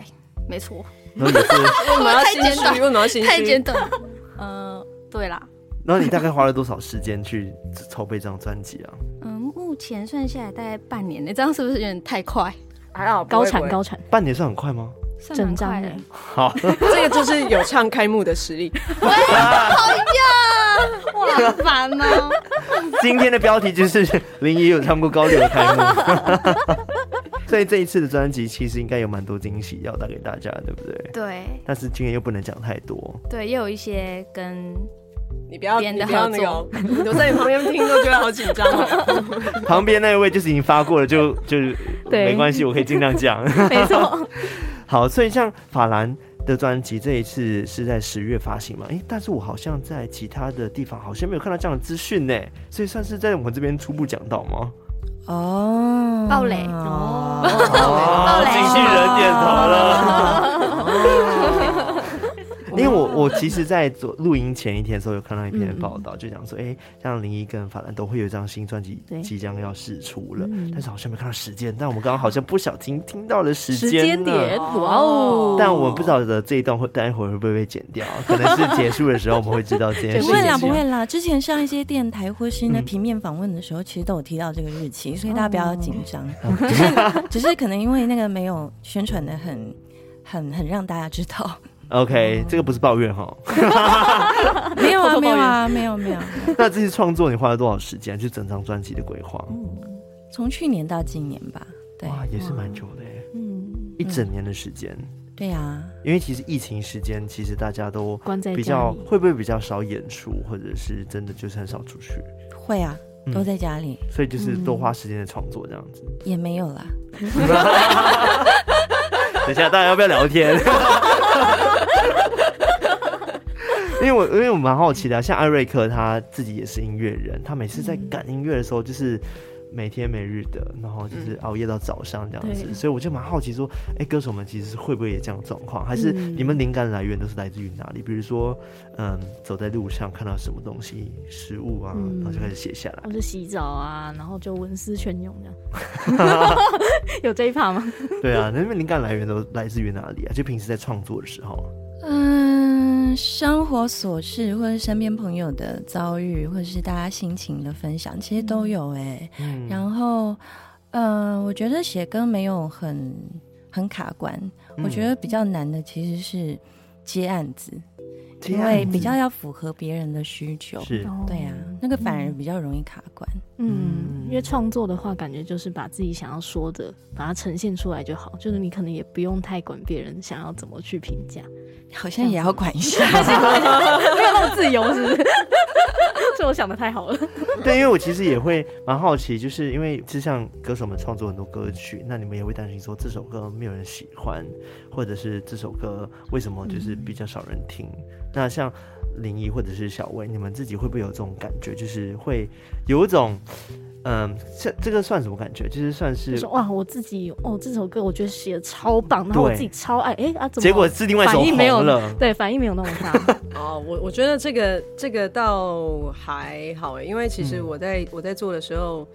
没错，然后也是，为什么要太心简短虚？为什么要心太简虚？短了。嗯，对啦，然后你大概花了多少时间去筹备这张专辑啊？嗯，目前算下来大概半年呢，这样是不是有点太快？还好高产，高产，半年算很快吗？算蛮整张快的哎，好，这个就是有唱开幕的实力。哇，好烦哦。今天的标题就是 林怡有唱过高流的开幕， 所以这一次的专辑其实应该有蛮多惊喜要带给大家，对不对？对但是今天又不能讲太多，对，也有一些跟你不要，别你人不的要合那作个哦，我在你旁边听都觉得好紧张哦。旁边那一位就是已经发过了，就 就是对没关系，我可以尽量讲。 没错，好，所以像法兰的专辑这一次是在十月发行嘛？诶，但是我好像在其他的地方好像没有看到这样的资讯呢，所以算是在我们这边初步讲到吗？哦， 暴雷哦，哦，经纪人点头了。 因为我我其实，在做录音前一天的时候，有看到一篇报道，就讲说，哎、像林一跟法兰都会有一张新专辑对即将要试出了嗯，但是好像没看到时间。但我们刚刚好像不小心听到了时时间间呢点，哇哦，但我们不晓得这一段会待会儿会不会被剪掉，可能是结束的时候我们会知道这 件事不会啦，情。不会啦。之前上一些电台或是呢嗯平面访问的时候，其实都有提到这个日期，所以大家不要紧张。 只是只是可能因为那个没有宣传的很很很让大家知 道， OK，这个不是抱怨哈。没有啊，没有啊，没有没有。那这次创作你花了多少时间？就整张专辑的规划，从去年到今年吧，对哇，也是蛮久的耶，嗯，一整年的时间。对啊，因为其实疫情时间，其实大家都关在比家较里，会不会比较少演出，或者是真的就是很少出去，会啊，嗯都在家里、所以就是多花时间的创作这样子。也没有啦。等一下，大家要不要聊 天？因为我因为我蛮好奇的啊、像艾瑞克他自己也是音乐人，他每次在赶音乐的时候，就是每天每日的，然后就是熬夜到早上这样子，对所以我就蛮好奇说，哎、歌手们其实会不会也这样的状况？还是嗯你们灵感来源都是来自于哪里？比如说，嗯，走在路上看到什么东西，食物啊，嗯然后就开始写下来。或是洗澡啊，然后就文思泉涌这样， 有这一趴吗？对啊，那你们灵感来源都来自于哪里啊？就平时在创作的时候，嗯，生活琐事或者身边朋友的遭遇，或者是大家心情的分享，其实都有哎、嗯，然后，嗯、我觉得写歌没有很很卡关，嗯我觉得比较难的其实是接案子，这因样为子比较要符合别人的需求。是。对呀、那个反而比较容易卡关。哦嗯，因为创作的话，感觉就是把自己想要说的，把它呈现出来就好，就是你可能也不用太管别人想要怎么去评 价，好像也要管一下，没有那么自由，是不 是？所以我想的太好了，对，因为我其实也会蛮好奇，就是因为就像歌手们创作很多歌曲，那你们也会担心说这首歌没有人喜欢，或者是这首歌为什么就是比较少人听？嗯那像林怡或者是小薇，你们自己会不会有这种感觉？就是会有一种，嗯，这这个算什么感觉？就是算就是说哇，我自己哦，这首歌我觉得写的超棒，然后我对自己超爱，哎啊，怎么结果是另外一首反应没有红了，对反应没有那么 大？哦，我我觉得这个这个倒还好欸，因为其实嗯我在、我在做的时候，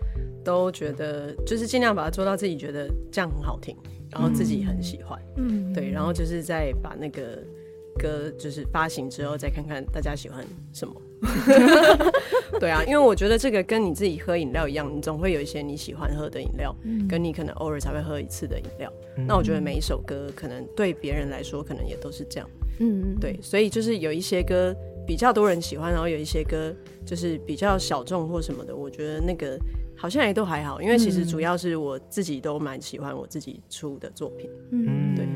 都觉得就是尽量把它做到自己觉得这样很好听，然后自己很喜欢，嗯，对，然后就是再把那个歌就是发行之后，再看看大家喜欢 什么。对啊，因为我觉得这个跟你自己喝饮料一样，你总会有一些你喜欢喝的饮料，嗯跟你可能偶尔才会喝一次的饮料。那我觉得每一首歌可能对别人来说，可能也都是这样。嗯嗯，对，所以就是有一些歌比较多人喜欢，然后有一些歌就是比较小众或什么的，我觉得那个好像也都还好，因为其嗯实主要是我自己都蛮喜欢我自己出的作品。嗯，对。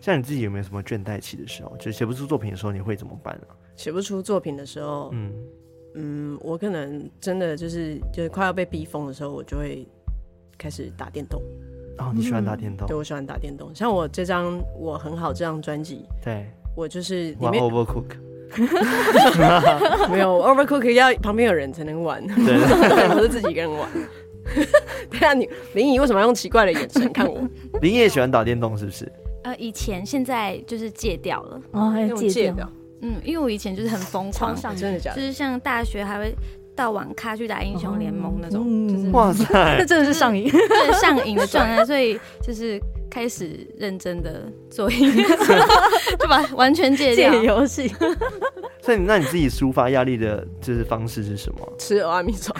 像你自己有没有什么倦怠期的时候？就是写不出作品的时候，你会怎么办呢、写不出作品的时候，嗯，嗯，我可能真的就是就是快要被逼疯的时候，我就会开始打电动。哦，你喜欢打嗯电动对，？我喜欢打电动。像我这张《我很好》这张专辑，对，我就是里玩面 Overcook，没有 Overcook 要旁边有人才能玩，对，对， 我是自己一个人玩。对啊，你林颖为什么要用奇怪的眼神看我？林也喜欢打电动，是不是？嗯呃，以前现在就是戒哎掉了，哦，还有 用戒借掉 的，，嗯，因为我以前就是很疯狂超，上真的假就的？是像大学还会到网咖去打英雄联盟那种，就是哇塞那，真的是上瘾。就是上瘾的状 态，所以就是开始认真的做音 乐，就把完全戒戒掉。游戏，所以那你自己抒发压力的就是方式是什么？吃阿米索，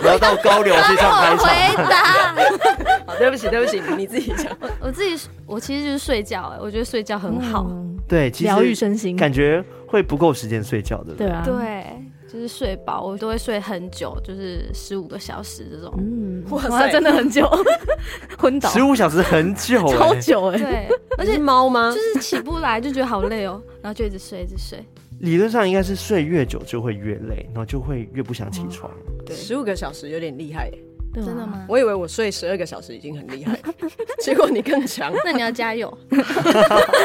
不要到高流去上我排 场。回答， 好，对不起，对不起，你自己讲。我自己我其实就是睡觉、哎，我觉得睡觉很好，对，其实疗愈身心，感觉会不够时间睡觉的。对啊，，对，就是睡饱，我都会睡很久，就是十五个小时这种。嗯，哇塞哇，真的很久， 昏倒，十五小时很久、欸，超久哎，对， 而你且是猫吗？就是起不来，就觉得好累哦，然后就一直睡，一直睡。理论上应该是睡越久就会越累，然后就会越不想哦起床。十五个小时有点厉害耶，对啊真的？吗？我以为我睡十二个小时已经很厉害了， 结果你更强。 那你要加油。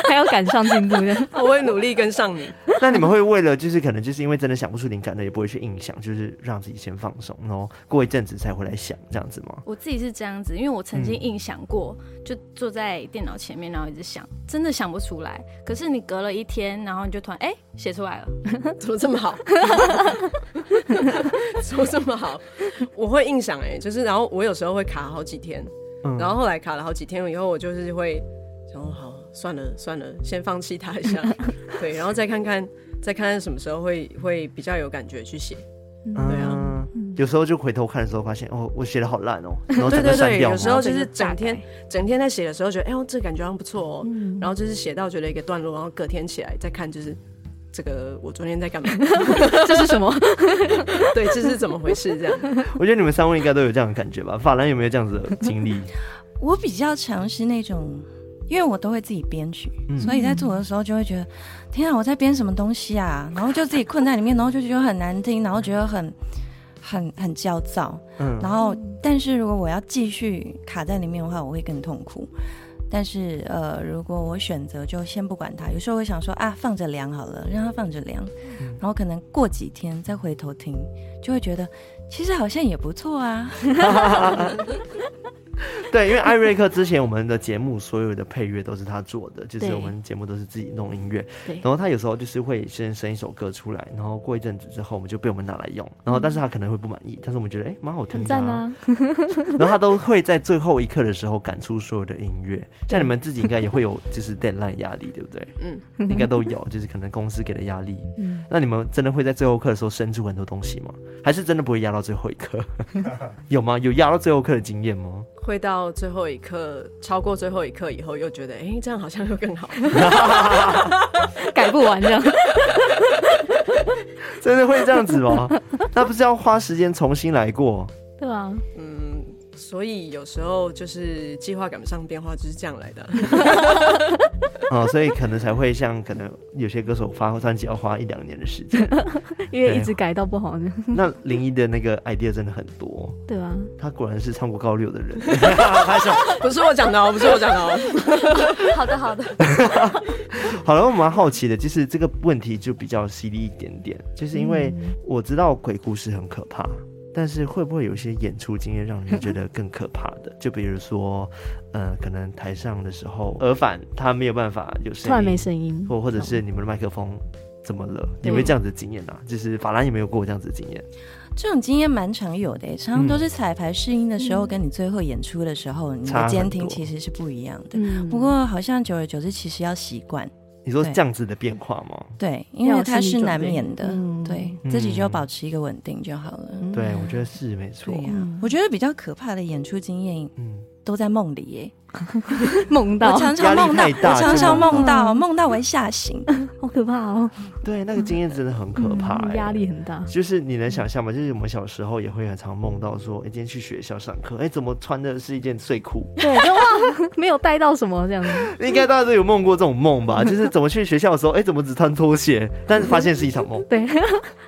还要赶上进度的，我会努力跟上你。那你们会为了就是可能就是因为真的想不出灵感的，也不会去硬想，就是让自己先放松，然后过一阵子才回来想这样子吗？我自己是这样子，因为我曾经嗯硬想过，就坐在电脑前面，然后一直想，真的想不出来。可是你隔了一天，然后你就突然哎写、出 来了，怎么这么好？ 怎么这么好？我会硬想哎、就是然后我有时候会卡好几天，嗯，然后后来卡了好几天以后，我就是会想说好算了算了，先放弃它一 下，对，然后再看看再看看什么时候会会比较有感觉去写。对啊嗯有时候就回头看的时候发现，哦，我写的好烂哦，然后对整对个删对，掉有吗时候就整个是大整天改整天在写的时候觉得哎呦这感觉好像不错哦，嗯然后就是写到觉得一个段落，然后隔天起来再看就是。这个我昨天 在干嘛？这是什么？ 对，这是怎么回事？这样 我觉得你们三位应该都有这样的感觉吧？法兰有没有这样子的经 历？我比较尝试那种，因为我都会自己编曲，嗯所以在做的时候就会觉得，天啊，我在编什么东西啊？然后就自己困在里面，然后就觉得很难听，然后觉得很很很焦躁。嗯，然后，但是如果我要继续卡在里面的话，我会更痛苦。但是，呃，如果我选择就先不管它，有时候会想说啊，放着凉好了，让它放着凉，嗯然后可能过几天再回头听，就会觉得其实好像也不错啊。对，因为艾瑞克之前我们的节目所有的配乐都是他做的，就是对我们节目都是自己弄音乐对，然后他有时候就是会先生一首歌出来，然后过一阵子之后我们就被我们拿来用，然后但是他可能会不满意，但是我们觉得哎蛮、好听很的、赞啊！ 然后他都会在最后一刻的时候赶出所有的音乐。像你们自己应该也会有就是 deadline 压力，对不对？嗯嗯，应该都有，就是可能公司给的压力。嗯，那你们真的会在最后一刻的时候生出很多东西吗？还是真的不会压到最后一刻？ 有吗？有压到最后一刻的经验吗？会到最后一刻，超过最后一刻以后，又觉得哎、诶这样好像又更好。 改不完 这样，啊真的会这样子 吗？那不是要花时间重新来过？对啊，嗯，所以有时候就是计划赶不上变化，就是这样来的。 啊、所以可能才会像可能有些歌手发专辑要花一两年的时 间。因为一直改到不好呢，那林一的那个 idea 真的很多，对啊吧？他果然是唱过高六的人。不是我讲的哦，不是我讲的哦。好的，好的。好了，我蛮好奇的，就是这个问题就比较犀利一点点，就是因为嗯我知道鬼故事很可怕，但是会不会有一些演出经验让人觉得更可怕的？就比如说，呃，可能台上的时候耳返他没有办法有声音，突然没声音，或或者是你们的麦克风怎么了？有没有这样子的经验啊？就是法兰有没有过这样子的经验？这种经验蛮常有的耶，常常都是彩排试音的时嗯候，跟你最后演出的时候，你嗯差的很监听多其实是不一样的。嗯，不过好像久而久之，其实要习惯，你说对这样子的变化吗？对，因要为有它心理是准难备免的，嗯对自己就嗯保持一个稳定就好了。对，我觉得是没错对。呀、我觉得比较可怕的演出经验嗯，都在梦里耶。嗯梦我到常压常力梦到，太大我常常就梦嗯梦到，梦到我会吓醒。哦，可怕哦，对，那个经验真的很可怕、嗯欸，压力很大。就是你能想象吗？就是我们小时候也会很常梦到说，哎、今天去学校上课，哎、怎么穿的是一件睡裤？对，就哇， 没有带到什么这样子，应该大家都有梦过这种梦吧？就是怎么去学校的时候，哎、怎么只穿拖鞋？但是发现是一场梦。对，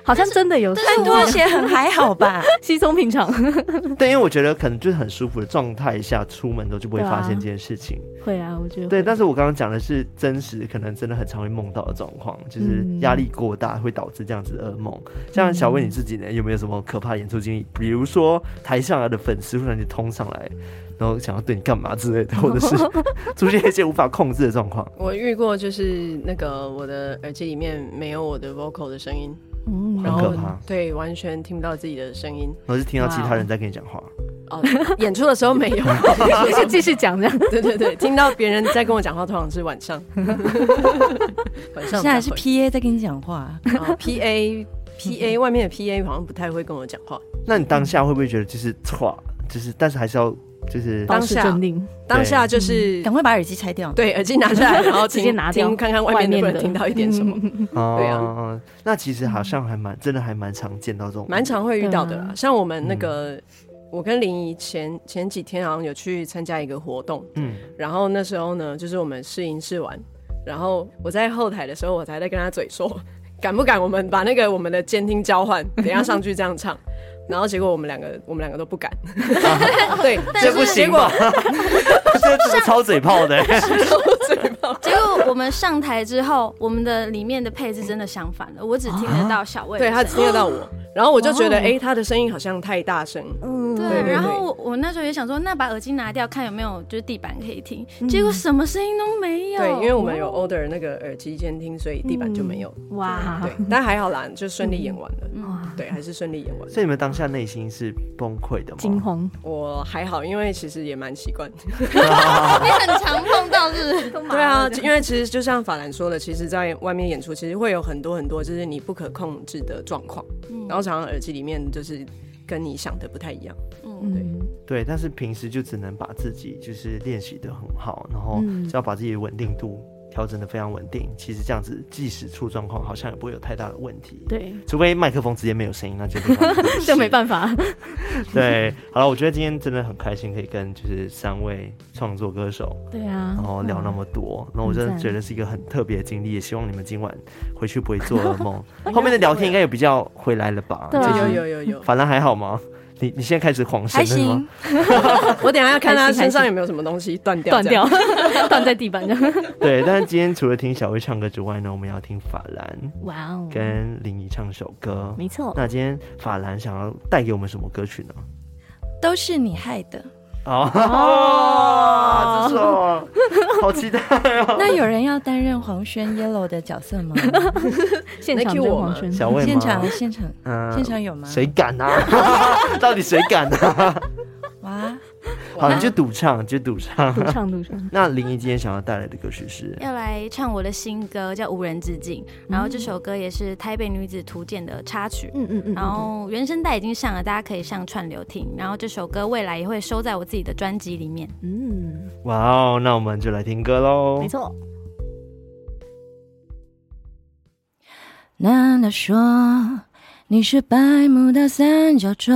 好像真的有但是穿拖鞋很还好 吧？稀松平常。对，因为我觉得可能就是很舒服的状态下出门都就不会对啊发现这件事情。会啊，我觉得对，会但是我刚刚讲的是真实，可能真的很常会梦到的状况，就是嗯压力过大会导致这样子的噩梦。像小薇你自己呢，有没有什么可怕的演出经历？比如说台上来的粉丝突然间冲上来，然后想要对你干嘛之类的，或者 是出现一些无法控制的状况。 我遇过就是那个我的耳机里面没有我的 vocal 的声音，嗯然很后可怕对完全听不到自己的声音。然后就听到其他人在跟你讲话，哦，演出的时候没有， 就 继续讲这样，对对对，听到别人在跟我讲话，通常是晚上， 晚上现在是 P A 在跟你讲 话， 啊 P A P A 外面的 P A 好像不太会跟我讲话。那你当下会不会觉得就是错，就是但是还是要就是当保持下镇定，当下就是赶快把耳机拆掉。对耳机拿 下来，然后直听接拿掉听看看外面能不外面能的嗯听到一点什么，对啊哦那其实好像还蛮真的还蛮常见到这种，蛮常会遇到的对啦啊。像我们那个，我跟林怡前前几天好像有去参加一个活动，嗯然后那时候呢，就是我们试音试完，然后我在后台的时候，我才在跟他嘴说， 敢不敢我们把那个我们的监听 交换，等一下上去这样唱。然后结果我们两个，我们两个都 不敢，对，这不行吧？这这个超嘴炮的、欸结果我们上台之后，我们的里面的配置真的相反了，我只听得到小魏的对声音，他只听得到 我，然后我就觉哇得，哦哎、他的声音好像太大声，嗯，对，对对然后我我那时候也想说，那把耳机拿掉，看有没有就是地板可以听，嗯结果什么声音都没有。对，因为我 们有哦 order 那个耳机监听，所以地板就没有，哇， 对，但还好啦，就顺利演完了，嗯哇，对，还是顺利演完。所以你们当下内心是崩溃的吗？惊慌，我还好，因为其实也蛮习惯的。 你很常碰到是不是 对啊，因为其实就像法兰说的，其实在外面演出，其实会有很多很多就是你不可控制的状况，然后常常耳机里面就是跟你想的不太一样。嗯，对，但是平时就只能把自己就是练习的很好，然后嗯只要把自己的稳定度调整的非常稳定，其实这样子即使出状况，好像也不会有太大的问题。对， 除非麦克风直接没有声音，那就没办法这没办法，对，好了，我觉得今天真的很开心，可以跟就是三位创作歌手， 对啊，然后聊那么多，那我很真的赞觉得是一个很特别的经历，也希望你们今晚回去不会做噩 梦。后面的聊天应该也比较回来了吧？对啊就是有有有 有，反正还好吗？你你现在开始晃神还了吗行？，我等一下要看他开心身上有没有什么东西断掉。断掉， 断在地板上，对，但是今天除了听小薇唱歌之外呢，我们也要听法兰 哇哦，跟林怡唱首歌。嗯没错，那今天法兰想要带给我们什么歌曲呢？都是你害的。哦，这首 好期待哦！那有人要担任黄轩 Yellow 的角 色吗？现场 Q 真我黄吗轩， 小魏吗现场，现场，嗯现场有吗？谁敢啊？ 到底谁敢 啊？哇，好，你就赌唱，你就赌唱独。唱独唱，那林怡今天想要带来的歌曲是？嗯要来唱我的新歌叫《无人之境》，嗯然后这首歌也是《台北女子图鉴》的插曲。嗯嗯 嗯，然后原声带已经上了，大家可以上串流听。然后这首歌未来也会收在我自己的专辑里面。嗯，哇哦，那我们就来听歌喽没。错，娜娜说你是百慕大三角洲，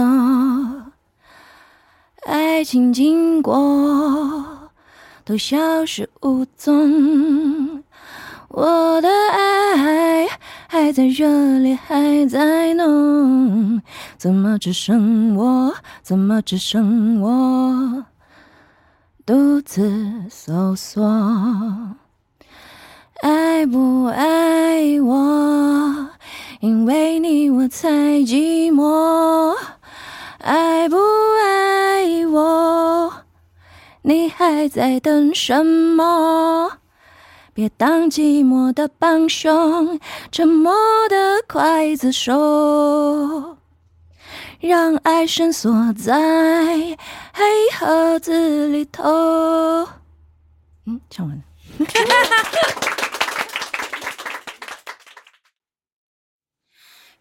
爱情经过都消失无踪，我的爱还在热烈，还在浓，怎么只剩我？怎么只剩我？独自搜索。爱不爱我？因为你我才寂寞。爱不爱我？你还在等什么？别当寂寞的帮凶，沉默的刽子手。让爱深锁在黑盒子里头。嗯，唱完了。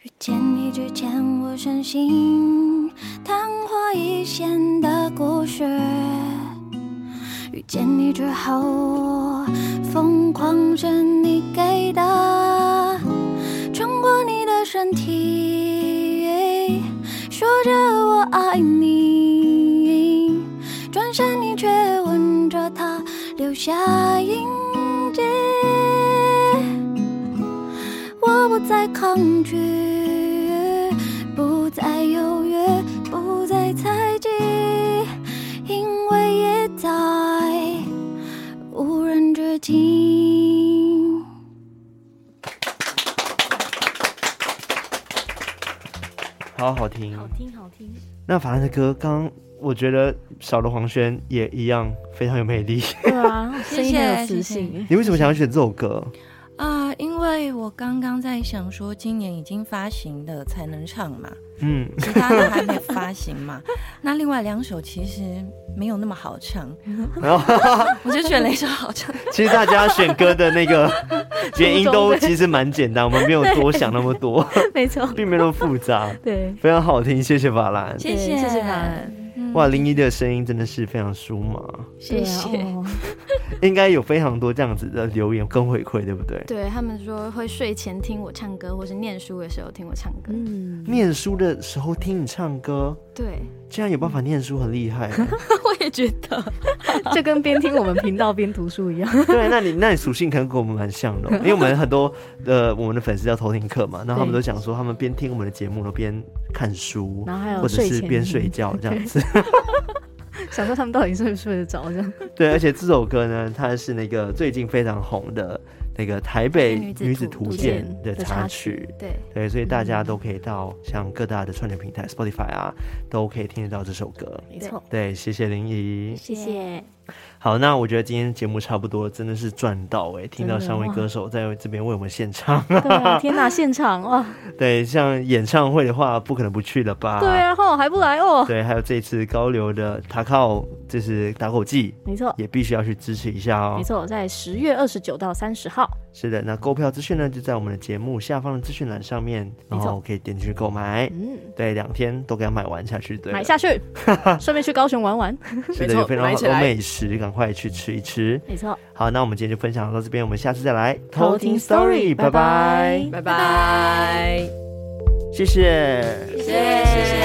遇见你之前，我深信昙花一现的故事；遇见你之后，我疯狂着你给的身体，说着我爱你，转身你却吻着他，留下印记。我不再抗拒，不再犹豫，不再猜忌，因为也在无人之境。好好听好。听好听，那法兰的歌，刚刚我觉得小罗黄轩也一样非常有魅力。 对 啊，谢声音很有谢磁谢性耶。你为什么想要选这首歌？啊、因为我刚刚在想说，今年已经发行的才能唱 嘛，嗯，其他的还没发行嘛。那另外两首其实没有那么好 唱，然后我就选了一首好唱。其实大家选歌的那 个原因都其实蛮简单，我们没有多想那么多， 没错， 并没有那么复杂，对，非常好听，谢谢法兰。谢对谢谢法兰。嗯哇，林一的声音真的是非常舒麻，谢谢。对啊哦应该有非常多这样子的留言跟回馈，对不对？对他们说会睡前听我唱歌，或是念书的时候听我唱歌。嗯，念书的时候听你唱歌，对，竟然有办法念书，很厉害。 我也觉得。 就跟边听我们频道边读书一样。对，那你那你属性可能跟我们蛮像的哦、因为我们很多呃我们的粉丝叫偷听课嘛，然后他们都讲说他们边听我们的节目，然后边看书， 然后还有或者睡是前边听睡觉这样子。 想说他们到底睡不睡得着这样？对，而且这首歌呢，它是那个最近非常红的那个台北女子女子图图鉴鉴的的插插曲。对，对，所以大家都可以到像各大的串流平台，Spotify 啊，都可以听得到这首歌。没错，对，谢谢林怡。谢谢。好，那我觉得今天节目差不多了，真的是赚到哎、听到真的三位哇歌手在这边为我们献唱。 对啊，天哪，现场哇，对，像演唱会的话，不可能不去了吧？对啊，吼还不来哦？对还有这次高流的塔靠，就是打口技，没错，也必须要去支持一下哦没。错，在十月二十九到三十号，是的，那购票资讯呢，就在我们的节目下方的资讯栏上面，然没错后可以点进去购买。嗯，对，两天都给它买完下去，对了，买下去，顺便去高雄玩玩。是没的，错有非常买好起的来美食，赶快去吃一吃。没错，好，那我们今天就分享到这边，我们下次再来偷听 story，拜拜，拜拜，谢谢。谢谢。